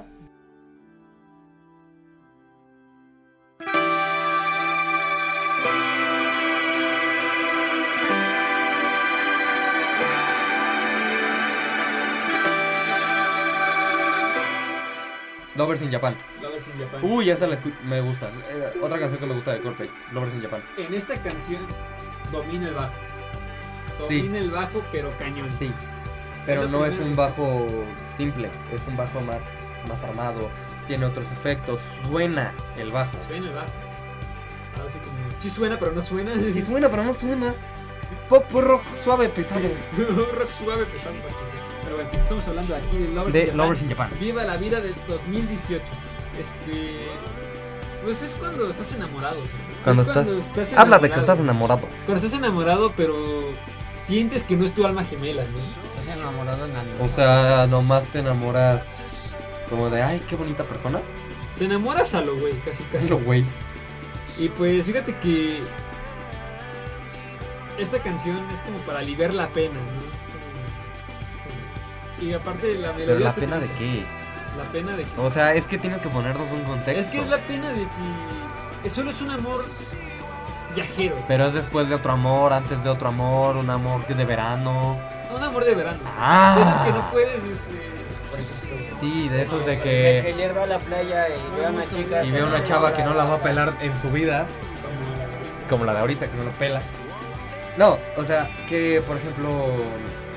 Lovers in Japan.
Lovers in Japan.
Uy, esa la escu- me gusta. Eh, otra canción que me gusta de Coldplay. Lovers in Japan.
En esta canción domina el bajo.
Sí.
Domina el bajo, pero cañón.
Sí. Pero
Es la
no es
primera
un bajo simple. Es un bajo más, más armado. Tiene otros efectos. Suena el bajo.
Suena el bajo. Ahora sí como, sí suena, pero no suena.
Sí suena, pero no suena. Pop rock suave, pesado.
Un rock suave, pesado, Pero bueno, estamos hablando aquí de Lovers in
De
Japan.
Lovers in Japan.
Viva la vida del 2018. Este. Pues es cuando estás enamorado.
Cuando
Es
estás-
estás
Habla de que estás enamorado.
Cuando estás enamorado, pero sientes que no es tu alma gemela, ¿no?
Estás enamorado en
O sea, nomás te enamoras como de, ay, qué bonita persona.
Te enamoras a lo güey, casi casi.
Pero, güey.
Y pues fíjate que. Esta canción es como para aliviar la pena, ¿no? Es como- Y aparte la melodía.
Pero la
te-
pena de qué? Oh,
La pena de que.
O sea, es que tienes que ponernos un contexto.
Es que es la pena de que solo es un amor viajero.
Pero es después de otro amor, antes de otro amor, un amor que de verano.
Un amor de verano. De esos que no
¡Ah!
puedes. este,
Por eso estuvo.
Sí, de esos de
Que
que.
ayer va a la playa y ve a una chica.
Y ve a una chava que no la va a pelar en su vida. Como la de ahorita, que no la pela. No, o sea, que por ejemplo.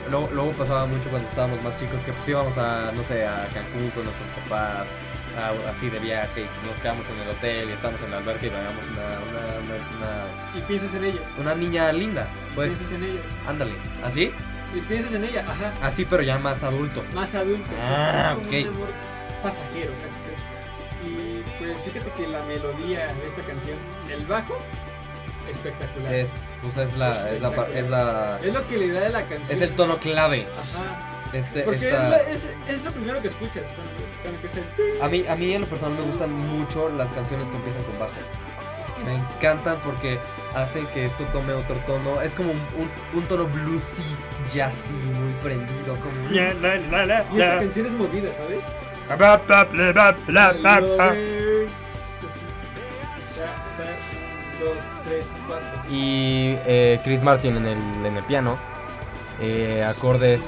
Luego, luego pasaba mucho cuando estábamos más chicos que pues íbamos a, no sé, a Cancún con nuestros papás, a- así de viaje, y nos quedamos en el hotel y estamos en la alberca y veíamos una- una- una, una
Y piensas en ello.
una niña linda, pues
piensas en ello.
ándale, así,
Y piensas en ella. Ajá.
así pero ya más adulto.
más adulto.
Ah,
o sea, es
ok.
como un amor pasajero, casi creo. Y pues fíjate que la melodía de esta canción, el bajo, espectacular.
Es, pues es la, es la, par- es la,
Es lo que le da de la canción.
es el tono clave.
Ajá.
Este,
Porque
esta-
es, la- es- es lo primero que escuchas. cuando- cuando empieza el tin.
a mí, a mí en lo personal me gustan mucho las canciones que empiezan con bajo.
Es que
Me
es-
encantan porque hacen que esto tome otro tono. Es como un, un- un tono bluesy, jazzy, muy prendido, como.
y esta canción es movida, ¿sabes? Lovers, así. Ya, está. Dos, tres, cuatro.
Y eh, Chris Martin en el, en el piano. eh, acordes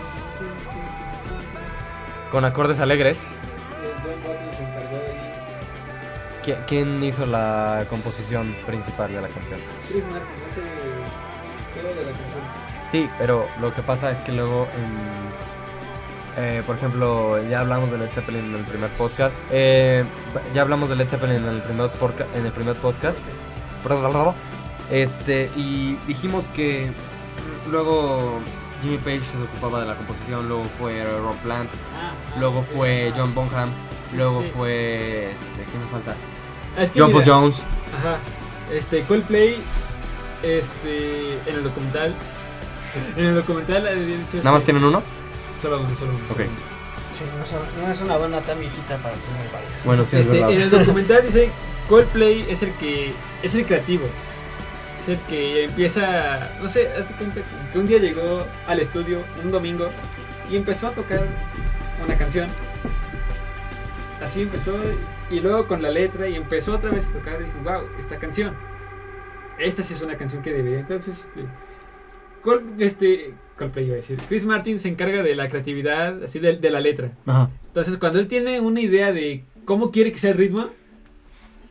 con acordes alegres.
Y el buen Butler se encargó de
¿Qui- ¿Quién hizo la composición principal de la canción?
Chris Martin, ese juego de la canción.
Sí, pero lo que pasa es que luego, en- eh, por ejemplo, ya hablamos de Led Zeppelin en el primer podcast. eh, ya hablamos de Led Zeppelin en el primer, porca- en el primer podcast. Este, y dijimos que luego Jimmy Page se ocupaba de la composición, luego fue Rob Plant,
Ah, ah,
luego
ok,
fue
ah.
John Bonham,
Sí,
luego
sí.
fue... Este, ¿Quién me falta?
Ah, es que
John Paul
mira,
Jones.
Ajá. Este, Coldplay, este, en el documental. En el documental habían dicho.
¿Nada más
este,
tienen uno?
Solo uno, solo uno.
Ok.
Sí, no, es- no es una banda tan viejita para que no me parezca.
Bueno, sí, es
Este,
verdad.
en el documental dice Coldplay es el que es el creativo. Es el que empieza, no sé, hace cuenta que- que un día llegó al estudio un domingo y empezó a tocar una canción. Así empezó y luego con la letra y empezó otra vez a tocar y dijo, "Wow, esta canción. Esta sí es una canción que debería." Entonces, este Col- este Coldplay iba a decir. Chris Martin se encarga de la creatividad, así de- de la letra.
Ajá.
Entonces, cuando él tiene una idea de cómo quiere que sea el ritmo,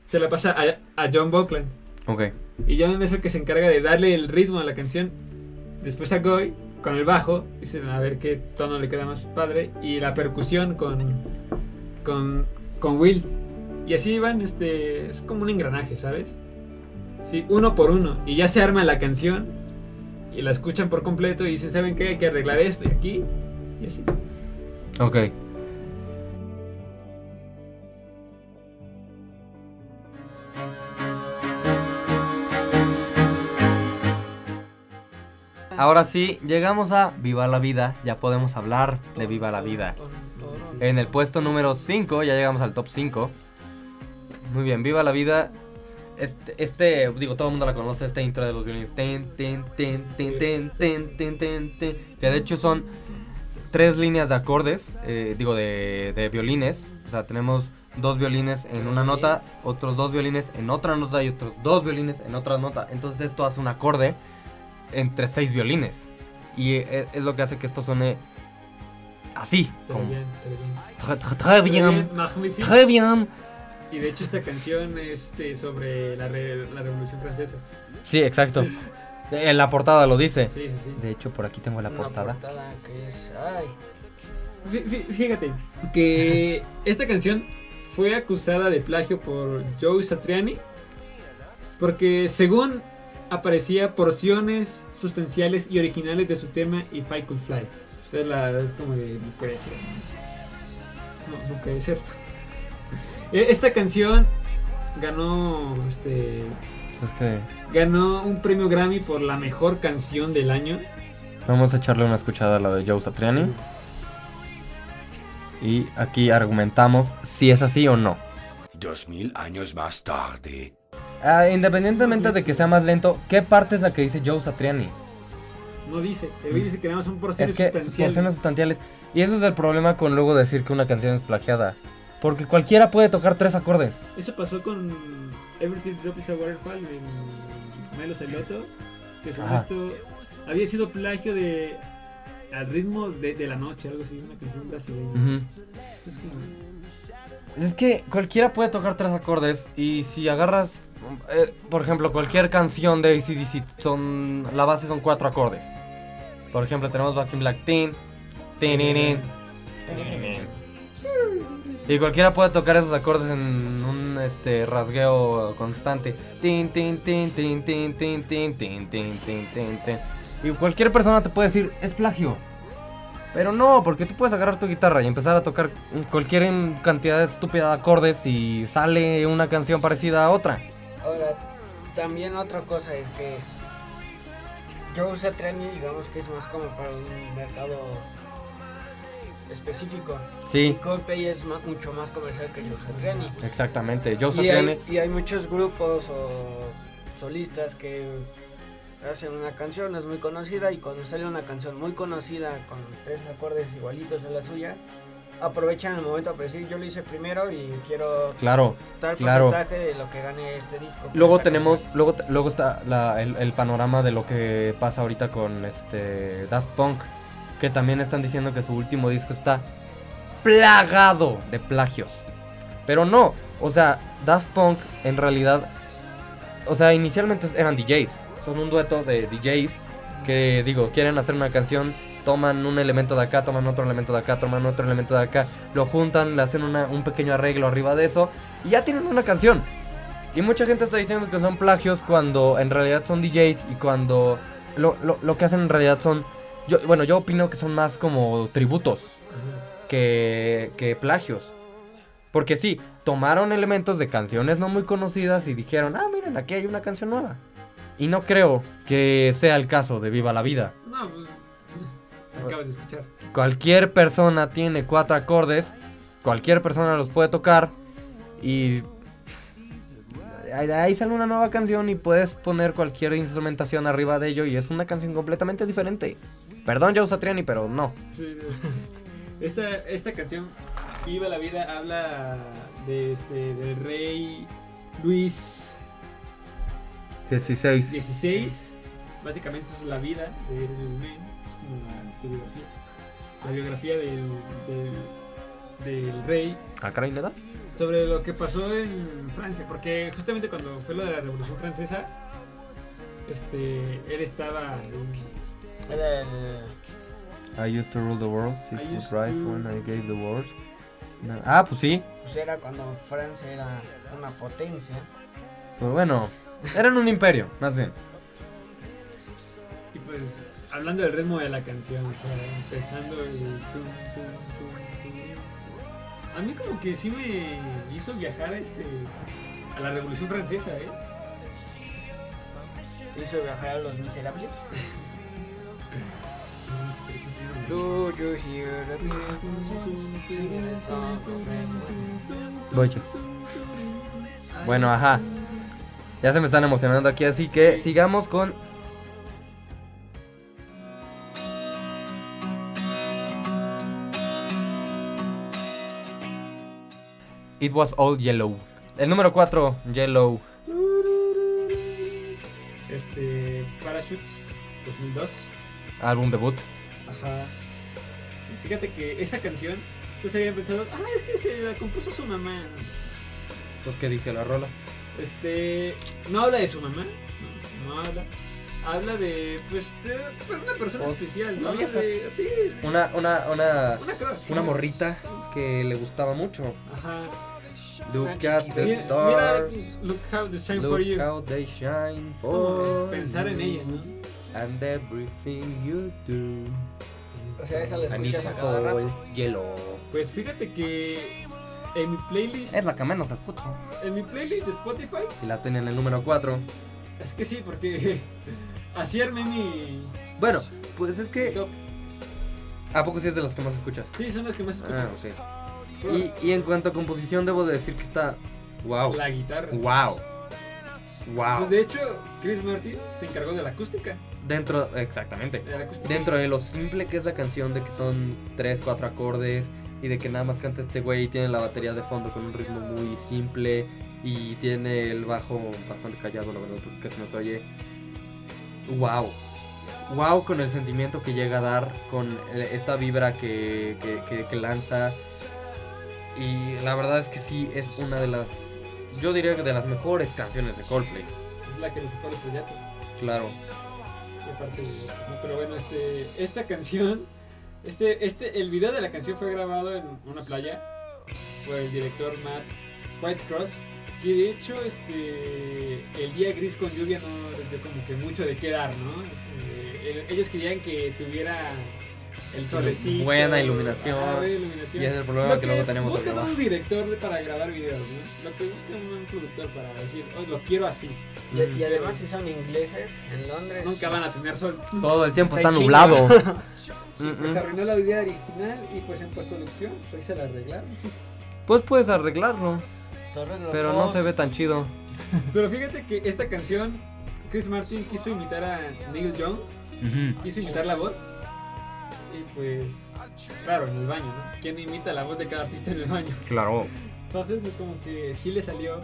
se la pasa a, a John Buckland.
Ok.
Y John es el que se encarga de darle el ritmo a la canción. Después a Goy, con el bajo, dicen a ver qué tono le queda más padre. Y la percusión con, con, con Will. Y así van, este, es como un engranaje, ¿sabes? Sí, uno por uno. Y ya se arma la canción. Y la escuchan por completo y dicen, ¿saben qué? Hay que arreglar esto y aquí. Y así.
Ok. Ahora sí, llegamos a Viva la Vida. Ya podemos hablar de Viva la Vida. En el puesto número 5, ya llegamos al top 5. Muy bien, Viva la Vida. Este, este, digo, todo el mundo la conoce, esta intro de los violines. Tin, tin, tin, tin, tin, tin, tin, tin, tin. Que de hecho son tres líneas de acordes, eh, digo, de, de violines. O sea, tenemos dos violines en una nota, otros dos violines en otra nota y otros dos violines en otra nota. Entonces esto hace un acorde entre seis violines. Y eh, es lo que hace que esto suene así.
Todo
como-
bien, todo bien.
Très, très, très bien.
Magnífico.
Très bien.
Y de hecho esta canción es este, sobre la, re- la Revolución Francesa.
Sí, exacto. En la portada lo dice.
Sí, sí, sí.
De hecho, por aquí tengo la
Una
portada.
portada que es. Ay,
Fí- fí- Fíjate que esta canción fue acusada de plagio por Joe Satriani porque según aparecía porciones sustanciales y originales de su tema If I Could Fly. Entonces la es como de no puede ser. No, no puede ser. E- Esta canción ganó este
Es que
ganó un premio Grammy por la mejor canción del año.
vamos a echarle una escuchada a la de Joe Satriani. Y aquí argumentamos si es así o no.
Dos mil años más tarde.
Ah, independientemente de que sea más lento, ¿qué parte es la que dice Joe Satriani?
No dice, el güey dice que nada más son
Es
porciones
que sus
sustanciales.
porciones sustantiales. Y eso es el problema con luego decir que una canción es plagiada. Porque cualquiera puede tocar tres acordes.
Eso pasó con Everything Drops is a Waterfall en Milo Celotto, que según
Ajá.
esto había sido plagio de Al ritmo de, de la noche, algo así, una canción brasileña. Es como,
Es que cualquiera puede tocar tres acordes y si agarras, eh, por ejemplo, cualquier canción de ACDC, son, la base son cuatro acordes. Por ejemplo, tenemos Back in Black Teen, tininin, tininin. Y cualquiera puede tocar esos acordes en un este rasgueo constante. Tin, tin, tin, tin, tin, tin, tin, tin, tin, tin, tin, tin. Y cualquier persona te puede decir, es plagio. Pero no, porque tú puedes agarrar tu guitarra y empezar a tocar cualquier en- cantidad de estúpida de acordes y sale una canción parecida a otra.
Ahora, también otra cosa es que yo usé Trani, digamos que es más como para un mercado específico. Y
Sí,
Coldplay es ma- mucho más comercial que yo usé pues, Trani.
exactamente. Yo
Y hay, y hay muchos grupos o solistas que hacen una canción, es muy conocida, y cuando sale una canción muy conocida con tres acordes igualitos a la suya, aprovechan el momento para decir yo lo hice primero y quiero
Claro.
tal
Claro.
porcentaje de lo que gane este disco. con
Luego
esta
tenemos,
canción".
luego, te- luego está la- el, el panorama de lo que pasa ahorita con este Daft Punk, que también están diciendo que su último disco está plagado de plagios. Pero no, o sea, Daft Punk en realidad, o sea, inicialmente eran DJs, son un dueto de DJs que digo, quieren hacer una canción, toman un elemento de acá, toman otro elemento de acá, toman otro elemento de acá, lo juntan, le hacen una- un pequeño arreglo arriba de eso y ya tienen una canción. Y mucha gente está diciendo que son plagios cuando en realidad son DJs y cuando lo, lo- lo que hacen en realidad son... Yo, bueno, yo opino que son más como tributos que, que plagios. Porque sí, tomaron elementos de canciones no muy conocidas y dijeron, ah, miren, aquí hay una canción nueva. Y no creo que sea el caso de Viva la Vida.
no, pues. Acabas de escuchar.
Cualquier persona tiene cuatro acordes, cualquier persona los puede tocar y ahí- ahí sale una nueva canción y puedes poner cualquier instrumentación arriba de ello y es una canción completamente diferente. Perdón, Joe Satriani, pero no.
Sí, no. Esta, esta canción, Viva la Vida, habla de este, del rey Luis
16.
16. Básicamente es la vida de Little Men, es como la tu biografía. La biografía del, del, del rey
¿A Karin Ah, le das?
sobre lo que pasó en Francia, porque justamente cuando fue lo de la Revolución Francesa, este, él estaba en-
Era el-
I used to rule the world,
six I would used rise to- when I
gave the world. Ah, pues sí.
pues era cuando Francia era una potencia.
Pues bueno, eran un imperio, más bien.
Y pues, hablando del ritmo de la canción, o sea, empezando el tum, tum, tum, tum. A mí como que sí me hizo viajar este, a la Revolución Francesa, ¿eh?
Te hizo viajar a los miserables. Do you hear the people singing a song of freedom?
Voy yo. Bueno, ajá. Ya se me están emocionando aquí, así que sigamos con. It was all yellow. El número 4, yellow.
Este, Parachutes 2002.
Álbum debut.
Ajá. Fíjate que esa canción, pues habían pensado, ah, es que se la compuso su mamá. Pues,
¿Qué dice la rola?
Este, no habla de su mamá, no, no habla. Habla de, pues, de pues, una persona
Pues,
especial,
una
¿no?
vieja.
De- sí,
Una, una, una.
una crush.
Una morrita que le gustaba mucho.
Ajá.
Look at the
Ah, Mira, mira,
stars.
look how the shine for
Look
you.
how they shine
Es como
for
Pensar en
you.
ella, ¿no?
And everything you do.
O sea, esa la escuchas a
Anita
cada
Hall,
rato.
Yellow.
Pues fíjate que en mi playlist,
Es la que menos escucho.
en mi playlist de Spotify,
Y la tenía en el número 4.
es que sí, porque así armé mi
Bueno, pues es que.
top.
¿A poco sí es de las que más escuchas?
Sí, son las que más escucho.
Ah, ok. Y, y en cuanto a composición, debo de decir que está. ¡Wow!
La guitarra.
¡Wow! ¡Wow!
Pues de hecho, Chris Martin se encargó de la acústica.
Dentro. Exactamente.
De la acústica.
Dentro de lo simple que es la canción, de que son 3, 4 acordes y de que nada más canta este güey y tiene la batería de fondo con un ritmo muy simple
y tiene el bajo bastante callado, la verdad, porque se nos oye. ¡Wow! ¡Wow! Con el sentimiento que llega a dar, con el- esta vibra que, que- que- que lanza. Y la verdad es que sí, es una de las. Yo diría que de las mejores canciones de Coldplay.
Es la que nos sacó los proyectos.
Claro.
Y aparte, no, pero bueno, este, esta canción, este, este, el video de la canción fue grabado en una playa por el director Matt Whitecross, que de hecho, este, el día gris con lluvia no les dio como que mucho de quedar, ¿no? Este, el- ellos querían que tuviera el solecito,
Buena iluminación.
ajá, buena iluminación.
Y ese es el problema
Lo
que luego tenemos
busca
acá
todo
abajo.
un director para grabar videos, ¿no? Lo que busca un productor para decir, "Oh, lo quiero así.
Y, y además si son ingleses, en Londres...
Nunca van a tener sol.
Todo el tiempo
Está
está,
en chinga.
nublado. Mm,
Pues
mm.
arruinó la idea original y pues en postproducción pues ahí se la arreglaron.
Pues puedes arreglarlo,
Sorry,
pero no se ve tan chido.
Pero fíjate que esta canción, Chris Martin quiso imitar a Neil Young, quiso imitar la voz. Y pues, claro, en el baño, ¿no? ¿Quién imita la voz de cada artista en el baño?
Claro.
Entonces es como que sí le salió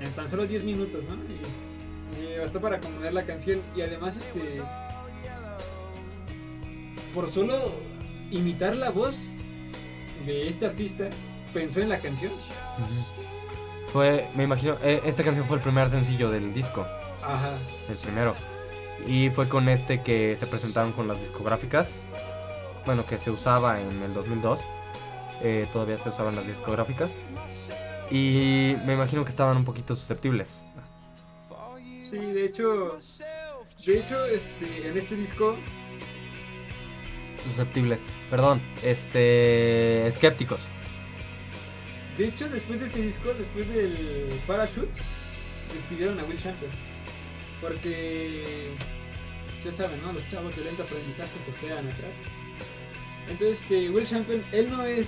en tan solo 10 minutos, ¿no? Y, y bastó para componer la canción y además este por solo imitar la voz de este artista pensó en la canción.
Fue, me imagino, eh, esta canción fue el primer sencillo del disco,
Ajá.
el primero. Y fue con este que se presentaron con las discográficas. Bueno, que se usaba en el 2002. eh, todavía se usaban las discográficas. Y me imagino que estaban un poquito susceptibles.
Sí, de hecho de hecho este en este disco
Susceptibles, perdón, este. Escépticos.
de hecho después de este disco, después del Parachute, despidieron a Will Champion. Porque ya saben, ¿no? Los chavos de lento aprendizaje se quedan atrás. Entonces, este, Will Champion, él no es,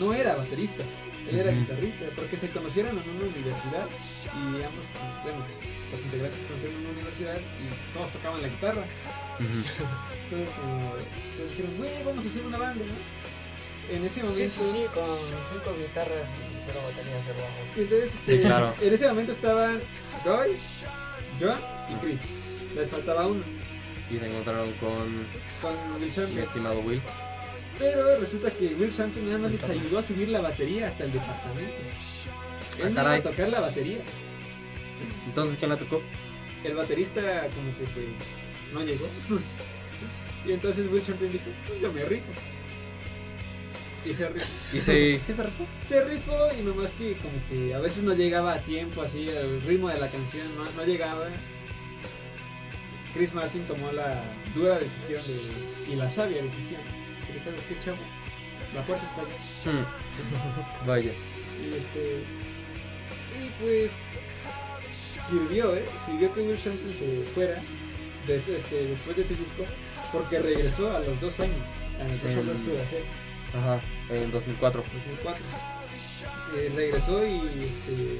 no era baterista, él era
Ujú.
guitarrista, porque se conocieron en una universidad y ambos, pues, bueno, los integrantes se conocieron en una universidad y todos tocaban la guitarra. Entonces, como, entonces dijeron, güey, vamos a hacer una banda, ¿no? En ese momento,
Sí, sí, sí, con cinco guitarras y cero baterías, cero bajos.
Entonces,
Sí,
este,
claro.
en ese momento estaban Roy, John y Chris. Les faltaba uno
Y se encontraron con
con Will
mi
Champion.
estimado Will.
Pero resulta que Will Champion nada más les ayudó a subir la batería hasta el departamento.
Ah,
Él no iba a
caray.
tocar la batería.
Entonces, ¿quién la tocó?
El baterista como que pues no llegó. Y entonces Will Champion dijo, "Pues, yo me rifo. Y se rifó.
Y se, sí se rifó.
se rifó y nomás que como que a veces no llegaba a tiempo así el ritmo de la canción no, no llegaba Chris Martin tomó la dura decisión de- y la sabia decisión que sabes qué chavo la puerta está allá
Hmm. Vaya.
y este y pues sirvió eh sirvió que Will Champion se fuera des- este, después de ese disco porque regresó a los dos años a los dos
En-
años tuve hacer
Ajá, en 2004.
2004. Eh, regresó y este,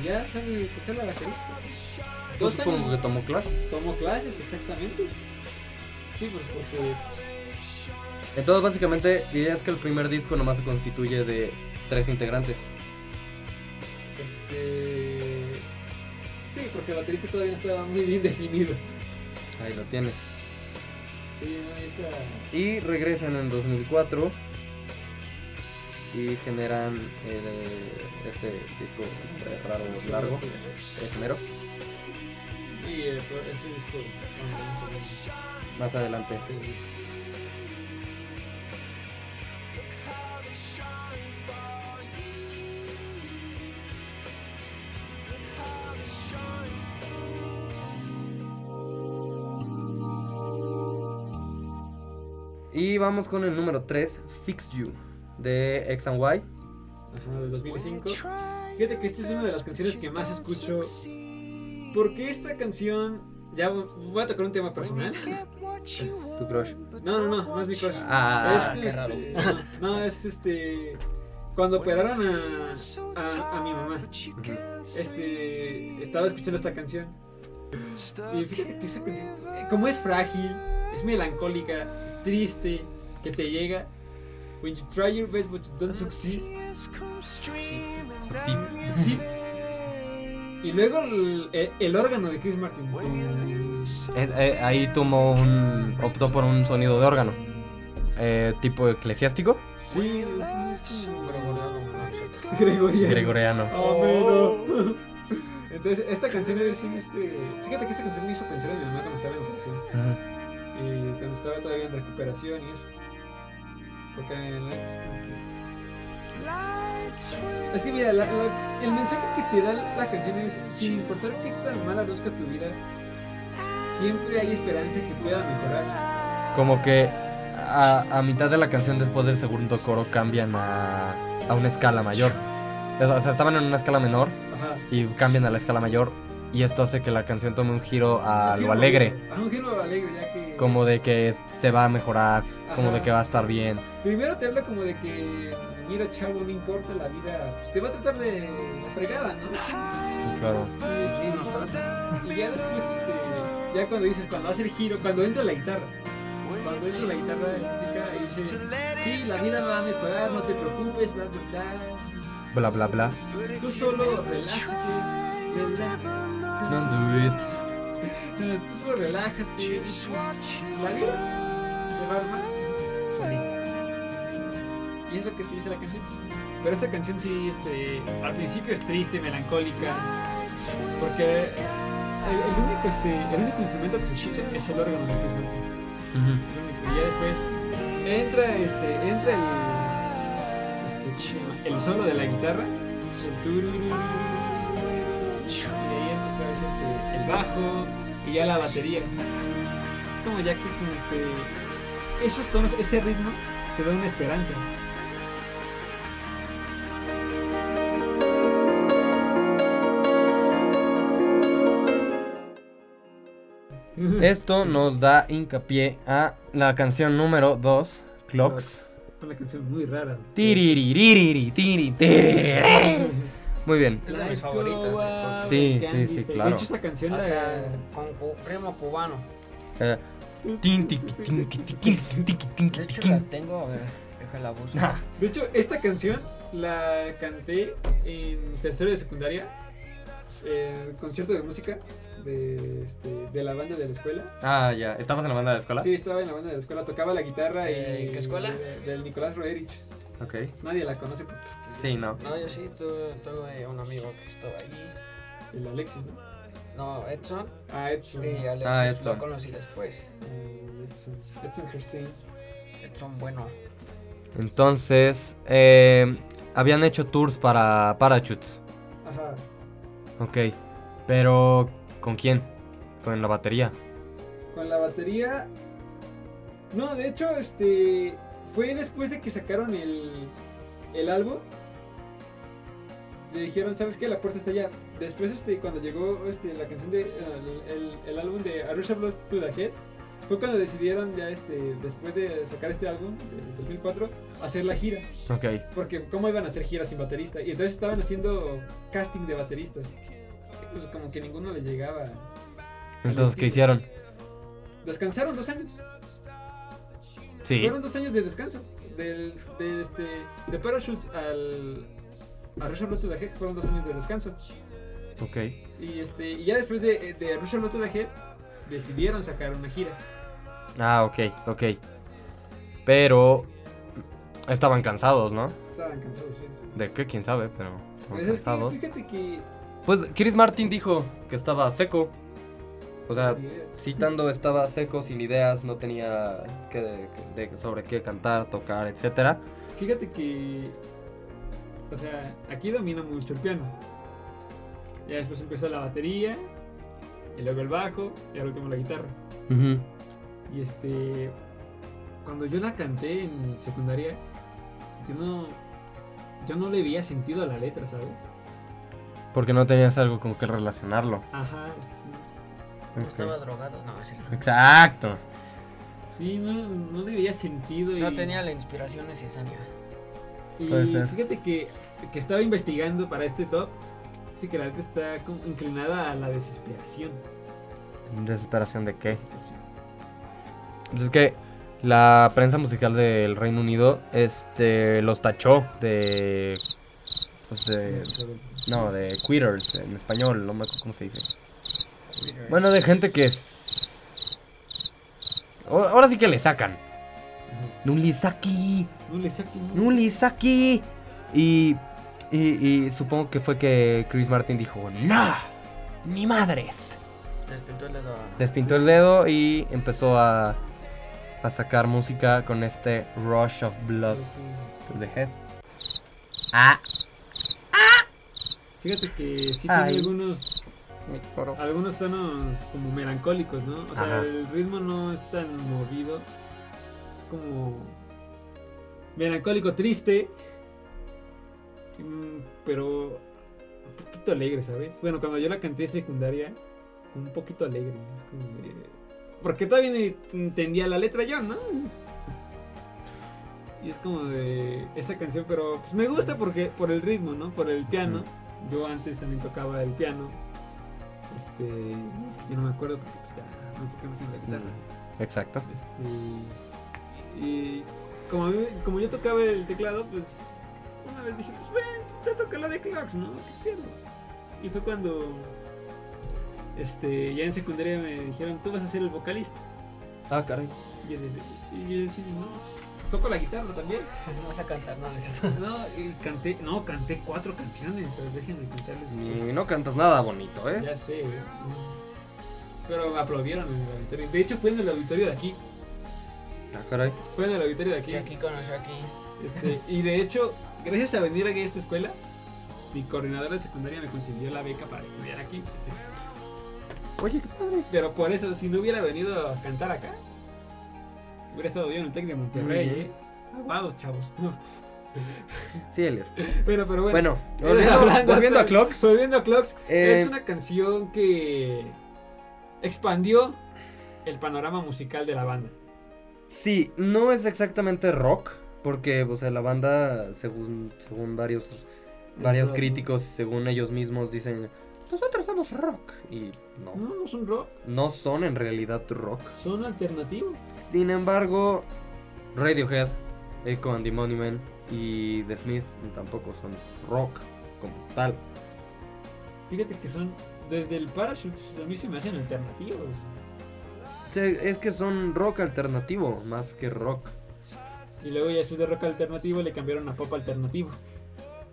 y ya sabe tocar la batería.
Yo
Dos
Pues supongo que
años
tomó clases.
tomó clases, exactamente. Sí, pues porque
Entonces, básicamente, dirías que el primer disco nomás se constituye de tres integrantes.
este, sí, porque el baterista todavía no estaba muy bien definido.
Ahí lo tienes.
Sí, no, ahí está.
Y regresan en 2004 y generan el- este disco eh, raro, largo, es enero.
Y eh, por- ese disco. no, no, no, no, sí.
Más adelante. Y vamos con el número 3, Fix You, de X and Y.
Ajá, del 2005. Fíjate que esta es una de las canciones que más escucho. Porque esta canción. Ya voy a tocar un tema personal.
Tu crush.
No, no, no, no es mi crush.
Ah,
es que, este, no, no, es este. Cuando operaron a, a, a mi mamá, este, estaba escuchando esta canción. Y fíjate que esa canción, eh, como es frágil, es melancólica, es triste, que te llega. When you try your best but you don't succeed. Sí. Y luego el, el- el órgano de Chris Martin.
Eh, eh, ahí tomó un. optó por un sonido de órgano. Eh, tipo eclesiástico.
Sí,
Gregoriano Mozart.
Gregoria.
Gregoriano.
Oh, pero. Entonces, esta canción es un este. Fíjate que esta canción me hizo pensar en mi mamá cuando estaba en operación. Y cuando estaba todavía en recuperación y eso. Porque en la- es como que- Es que mira, la- la- el mensaje que te da la canción es: sin importar qué tan mala luzca tu vida, siempre hay esperanza que pueda mejorar.
Como que a, a mitad de la canción, después del segundo coro, cambian a, a una escala mayor. O sea, estaban en una escala menor
Ajá.
y cambian a la escala mayor. Y esto hace que la canción tome un giro a lo
Un giro
alegre.
bonito. Ajá, un giro alegre, ya que.
Como de que se va a mejorar, como
Ajá.
de que va a estar bien.
Primero te habla como de que, mira chavo, no importa la vida, pues te va a tratar de la fregada, ¿no?
Claro.
Este,
Sí, no está.
Y ya después, este, ya cuando dices, cuando hace el giro, cuando entra la guitarra, cuando entra la guitarra eléctrica y dice, sí, la vida va a mejorar, no te preocupes, bla, bla, bla.
Bla, bla, bla.
Tú solo relájate, relájate.
Don't do it.
Tú solo relájate. pues, La vida se va a armar solita. Y es lo que te dice la canción. Pero esa canción sí, este, al principio es triste, melancólica, porque el, el único, este, el único instrumento que se escucha es el órgano de Chris Martin. El único. Y ya después entra, este, entra el, este, ¿cómo se llama? el solo de la guitarra, el turururu, y ahí entra otra vez, este, el bajo y ya la batería. Es como ya que como que esos tonos, ese ritmo te da una esperanza.
Esto nos da hincapié a la canción número 2, Clocks.
Una canción muy rara.
Tiriririri, tiri, tiriririri. Muy bien.
Es de
Let's
mis
go
favoritas. eh,
out
entonces.
Sí,
with candy,
sí, sí,
say.
claro.
De hecho, esa canción
Hasta
la...
con cu- primo cubano.
Eh, tin, tiqui, tin, tiqui, tiqui, tiqui, tiqui,
De hecho,
tiqui.
la tengo. a ver, Déjala busco.
De hecho, esta canción la canté en tercero de secundaria, en concierto de música de, este, de la banda de la escuela.
Ah, ya. ¿Estabas en la banda de la escuela?
Sí, estaba en la banda de la escuela, tocaba la guitarra.
Eh,
y-
¿qué escuela?
de- del Nicolás Roerich.
Ok.
Nadie la conoce, porque
Sí, no.
No, yo sí tu- tuve un amigo que estaba allí.
el Alexis, ¿no?
No, Edson.
Ah, Edson.
Y Alexis
Ah,
lo
Edson.
conocí después.
Eh, Edson, Edson Herstein.
Edson, bueno.
Entonces, eh, habían hecho tours para Parachutes.
Ajá.
Ok. Pero, ¿con quién? Con la batería.
Con la batería. No, de hecho, este. Fue después de que sacaron el. El álbum. Le dijeron, ¿sabes qué? La puerta está allá. Después, este, cuando llegó este, la canción de. El, el- el álbum de Arusha Blows to the Head. Fue cuando decidieron, ya este. Después de sacar este álbum, del 2004, hacer la gira.
Ok.
Porque, ¿cómo iban a hacer giras sin baterista? Y entonces estaban haciendo casting de bateristas. Y, Pues como que ninguno le llegaba.
Entonces, ¿qué hicieron?
Descansaron dos años.
Sí.
Fueron dos años de descanso. Del, de, este, de Parachutes al. A Rush of Blood to the Head fueron dos años de descanso.
Ok.
Y, este, y ya después de, de Rush of Blood to the Head decidieron sacar una gira.
Ah, ok, ok. Pero, estaban cansados, ¿no?
Estaban cansados, sí.
¿De qué? ¿Quién sabe? Pero, estaban
Pues es que
cansados.
fíjate que.
Pues Chris Martin dijo que estaba seco. O sea,
Yes.
citando, estaba seco, sin ideas, no tenía que, que- de- sobre qué cantar, tocar, etcétera.
Fíjate que. O sea, aquí domina mucho el piano. Ya después empezó la batería, y luego el bajo, y al último la guitarra. Y este. Cuando yo la canté en secundaria, yo no. Yo no le veía sentido a la letra, ¿sabes?
Porque no tenías algo con que relacionarlo.
Ajá, sí.
No estaba drogado. No, es cierto.
Exacto.
Sí, no, no le veía sentido. Y,
No tenía la inspiración necesaria.
y
Puede ser.
fíjate que, que estaba investigando para este top. Sí, que la letra está como inclinada a la desesperación.
¿Desesperación de qué? Pues es que
la prensa musical del Reino Unido este, los tachó de, pues, de- No, de quitters en español, no me acuerdo cómo se dice. Bueno, de gente que... o- ahora sí que le sacan. Nulisaki.
No le saquen.
Nulisaki. Y, y, y supongo que fue que Chris Martin dijo, ¡No! ¡Ni madres!
Respecto a la-
Despintó el dedo y empezó a, a sacar música con este Rush of Blood to the Head. Ah,
Fíjate que sí
Ay.
tiene algunos algunos tonos como melancólicos, ¿no? O sea,
Ajá.
el ritmo no es tan movido. Es como melancólico, triste, mm, pero un poquito alegre, ¿sabes? Bueno, cuando yo la canté en secundaria, un poquito alegre, es como de- porque todavía ni entendía la letra yo, ¿no? Y es como de esa canción, pero pues, me gusta porque por el ritmo, ¿no? Por el piano. Yo antes también tocaba el piano. Este, no, es que yo no me acuerdo porque pues, ya no tocamos en la guitarra.
exacto.
Este, y como, a mí- como yo tocaba el teclado, pues una vez dije, pues ven, te toca la de Clocks, ¿no? ¿Qué pedo? Y fue cuando este, ya en secundaria me dijeron, tú vas a ser el vocalista.
Ah, caray.
Y yo, de- y yo decía, no, toco la guitarra también.
No vas a cantar, no, no es cierto.
No, y canté, no, canté cuatro canciones, o sea, déjenme cantarles.
Ni- no cantas nada bonito, ¿eh?
Ya sé, güey. pero me aplaudieron en el auditorio. De hecho, fue en el auditorio de aquí.
Ah, caray.
Fue en el auditorio de
Y
aquí.
aquí conoció aquí.
Este, y de hecho, gracias a venir aquí a esta escuela, mi coordinadora de secundaria me consiguió la beca para estudiar aquí.
Oye, qué padre.
Pero por eso, si no hubiera venido a cantar acá, hubiera estado yo en el Tec de Monterrey, ¿eh? Aguados, chavos.
Sí, Elier.
Pero, pero bueno.
Bueno, volviendo,
Hablando-
volviendo a Clocks.
Volviendo a Clocks,
Eh,
es una canción que expandió el panorama musical de la banda.
Sí, no es exactamente rock, porque, o sea, la banda, según, según varios, varios
rock, ¿no?
críticos, según ellos mismos, dicen, nosotros somos rock. Y no,
No, no son rock,
no son en realidad rock.
son alternativos.
Sin embargo, Radiohead, Echo and the Monument y The Smiths tampoco son rock como tal.
Fíjate que son desde el Parachutes, a mí se me hacen alternativos.
Se- es que son rock alternativo, más que rock.
Y luego ya eso de rock alternativo le cambiaron a pop alternativo.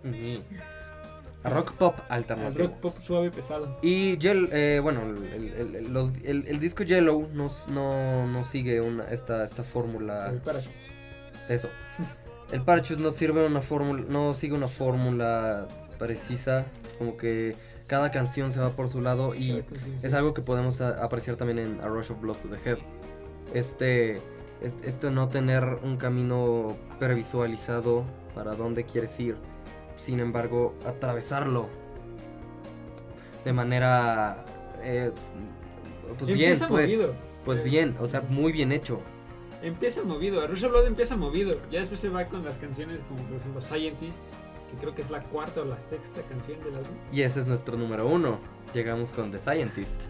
Ujú. A rock pop
Al
alternativo.
rock pop suave pesado.
Y Yel- eh, bueno, el, el- el- los- el- el disco Yellow no, s- no, no sigue una, esta, esta fórmula.
El Parachutes.
Eso. El Parachute no sirve una fórmula. No sigue una fórmula precisa. Como que cada canción se va por su lado. Y es algo que podemos a- apreciar también en A Rush of Blood to the Head. Este. es- esto de no tener un camino previsualizado para dónde quieres ir. Sin embargo, atravesarlo de manera. eh, pues, pues bien,
empieza
pues.
movido.
Pues bien, o sea, muy bien hecho.
Empieza movido. A Rush Blood empieza movido. Ya después se va con las canciones como por ejemplo Scientist, que creo que es la cuarta o la sexta canción del álbum.
Y ese es nuestro número uno. Llegamos con The Scientist.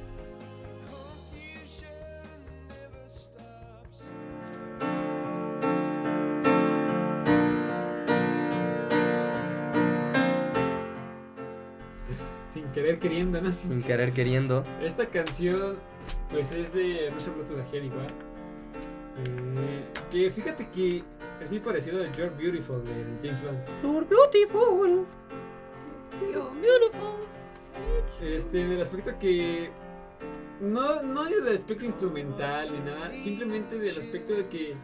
Sin querer queriendo, ¿no? Sin
Sin querer queriendo.
Esta canción, pues es de Rush Blood to the Hell igual. Eh, que fíjate que es muy parecido al You're Beautiful de James Bond. You're Beautiful. You're Beautiful. Este, en el aspecto que. No, no del aspecto instrumental ni nada, simplemente del aspecto de que.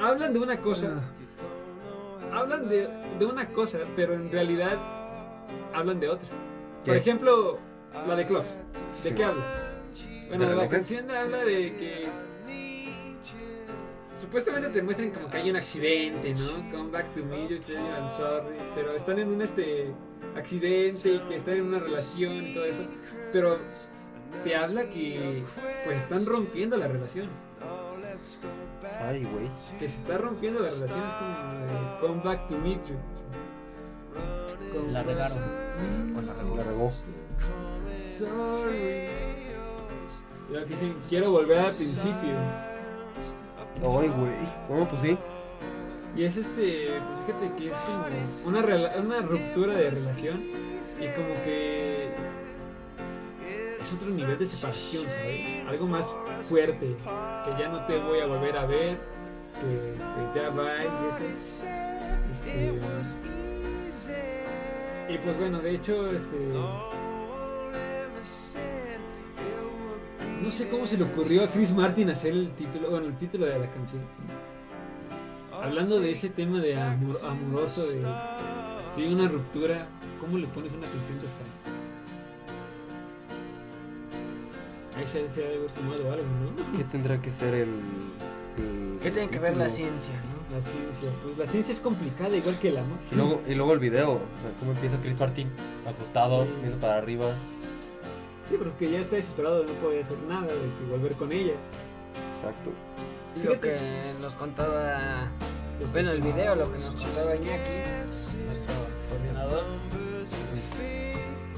Hablan de una cosa.
Ah.
Hablan de, de una cosa, pero en realidad hablan de otra. Por
¿Qué?
ejemplo, la de Clocks. ¿De qué habla? Bueno,
¿De
la
relojes?
canción habla de que. Supuestamente te muestran como que hay un accidente, ¿no? Come back to me, yo estoy I'm sorry. Pero están en un este accidente y que están en una relación y todo eso. Pero te habla que pues están rompiendo la relación.
Ay, güey.
Que se está rompiendo la relación es como de come back to meet you. Como-
La regaron.
Mm. Sorry. Lo que dicen, quiero volver al principio.
Ay, güey. Bueno, pues sí.
Y es este, pues fíjate que es como una, rela- una ruptura de relación y como que es otro nivel de separación, ¿sabes? Algo más fuerte, que ya no te voy a volver a ver, que pues ya va y ese. Este, y pues bueno, de hecho, este. No sé cómo se le ocurrió a Chris Martin hacer el título, bueno, el título de la canción. Hablando de ese tema de amor- amoroso, de si hay una ruptura, ¿cómo le pones una canción de esta? Ahí se se ha de haber fumado algo, ¿no?
¿Qué tendrá que ser el.
¿Qué tiene que ver la
ciencia?
ciencia, no?
La ciencia, pues la ciencia es complicada, igual que el amor.
Y luego, y luego el video, o sea, cómo empieza Chris Martin acostado,
Sí.
viendo para arriba.
Sí, porque ya está desesperado, no podía hacer nada, de que volver con ella.
Exacto.
Lo que nos contaba, bueno, el video, lo que nos contaba Iñaki, nuestro coordinador,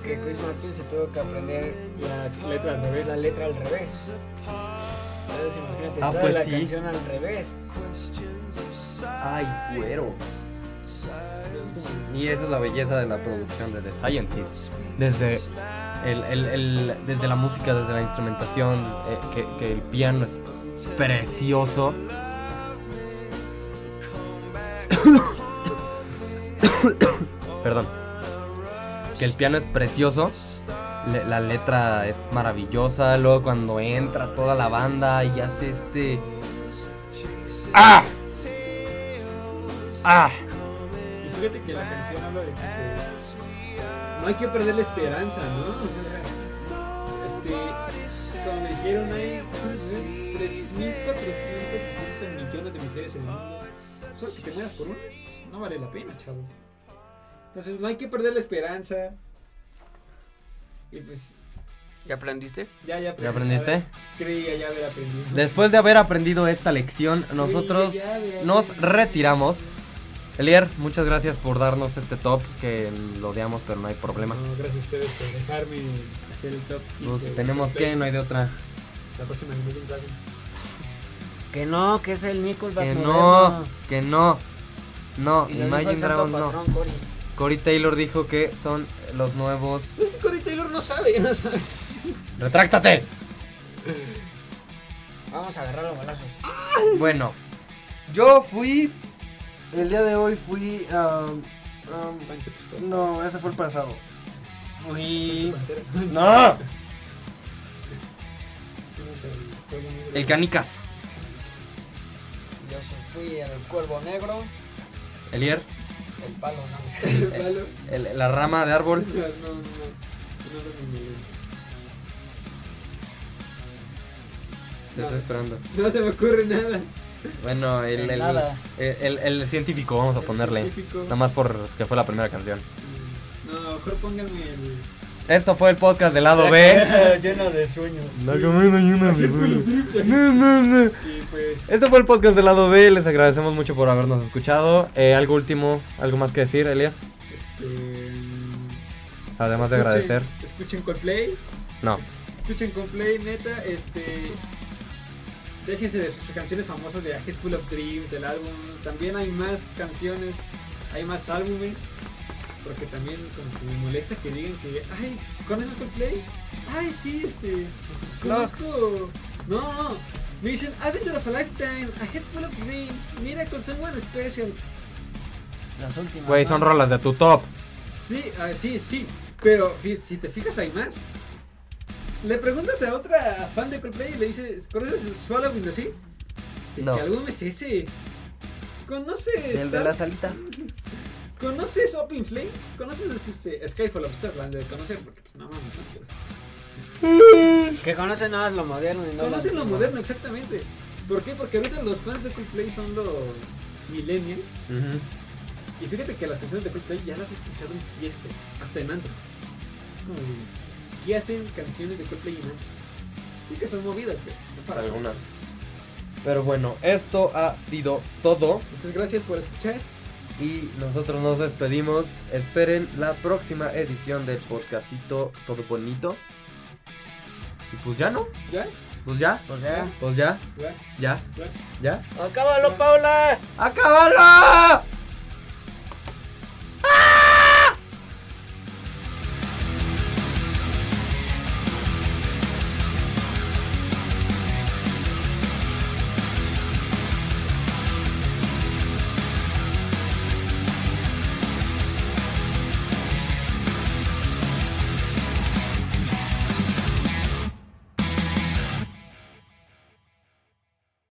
que Chris Martin se tuvo que aprender
La letra al revés.
la letra al revés. Entonces imagínate,
Ah,
toda
pues
la
sí.
canción al revés.
Ay, cuero. Y esa es la belleza de la producción de The Scientist.
Desde, el, el- el- desde la música, desde la instrumentación, eh, que, que el piano es precioso. Perdón. Que el piano es precioso. le- la letra es maravillosa. Luego cuando entra toda la banda y hace este...
¡Ah! ¡Ah!
Y fíjate que la canción habla de que pues, no hay que perder la esperanza, ¿no? Este, como me dijeron, hay 3.460 millones de mujeres en el mundo. Solo que te mueras por una, no vale la pena, chavo. Entonces, no hay que perder la esperanza. Y pues,
¿Ya aprendiste?
ya, ya.
¿Ya aprendiste?
Creía ya haber aprendido.
Después de haber aprendido esta lección, nosotros
Creía ya haber
nos
aprendido.
retiramos. Elier, muchas gracias por darnos este top que mm, lo odiamos, pero no hay problema.
Mm,
No, gracias a ustedes por dejarme hacer el top.
Pues
15.
tenemos que, no hay de otra.
La próxima Imagine Dragons.
Que no, que es el Nickelback.
Que
moderno.
no, que no. No,
Y lo dijo el
Imagine
santo
Dragons no.
patrón, Cory.
Cory Taylor dijo que son los nuevos.
Corey Taylor no sabe, no sabe.
¡Retráctate!
Vamos a agarrar los balazos.
Bueno,
Yo fui. El día de hoy fui. um, um,
Pancho Pistola.
no, ese fue el pasado. Fui.
Pantera.
¡No!
el Canicas.
Yo fui el cuervo negro,
Elier,
el palo, no me
eh.
El
sé.
palo.
el- la rama de árbol.
No, no, no. No lo ni
Te estoy esperando.
me- No se me ocurre nada.
Bueno, el, el,
Nada.
el- el- el científico, vamos a ponerle.
Científico.
Nada más porque fue la primera canción.
Mm, No, mejor pónganme el.
Esto fue el podcast del lado B.
Cabeza llena de sueños.
No, no, no.
Y pues.
Este fue el podcast del lado B. Les agradecemos mucho por habernos escuchado. Eh, algo último, algo más que decir, Elier.
Este.
Además de agradecer.
Escuchen Coldplay.
No.
Escuchen Coldplay, neta. Este. Déjense de sus canciones famosas de A Full of Dreams, del álbum. También hay más canciones, hay más álbumes. Porque también como que me molesta que digan que, ay, ¿con eso Coldplay? Ay, sí, este, conozco. No, no, me dicen Adventure of a Lifetime, A Head Full of Dreams, mira con Someone Special.
Las últimas.
Güey,
¿no?
son rolas de tu top.
Sí, ah, sí, sí, pero fi- si te fijas hay más. Le preguntas a otra fan de Coldplay y le dices, ¿conoces Swallow Wind así?
No.
¿Qué álbum es ese? ¿Conoces?
El de
tal-
las alitas.
¿Conoces Open Flames? ¿Conoces este, Skyfall of Stardust? De conocer, porque pues, no mames, no quiero.
Que conocen nada más lo moderno y no
Conocen lo
antiguo.
moderno, exactamente. ¿Por qué? Porque ahorita los fans de Coldplay son los millennials. Y fíjate que las canciones de Coldplay ya las he escuchado en fiestas, hasta en antros. Como, ¿Qué hacen canciones de Coldplay en antros? Sí que son movidas, pero no para
Algunas.
Pero bueno, esto ha sido todo.
Muchas gracias por escuchar.
Y nosotros nos despedimos. Esperen la próxima edición del podcastito Todo Bonito. Y pues ya no.
¿Ya?
Pues ya,
Pues ya.
pues ya,
Ya.
ya, ya.
¡Acábalo, Paula!
¡Acábalo!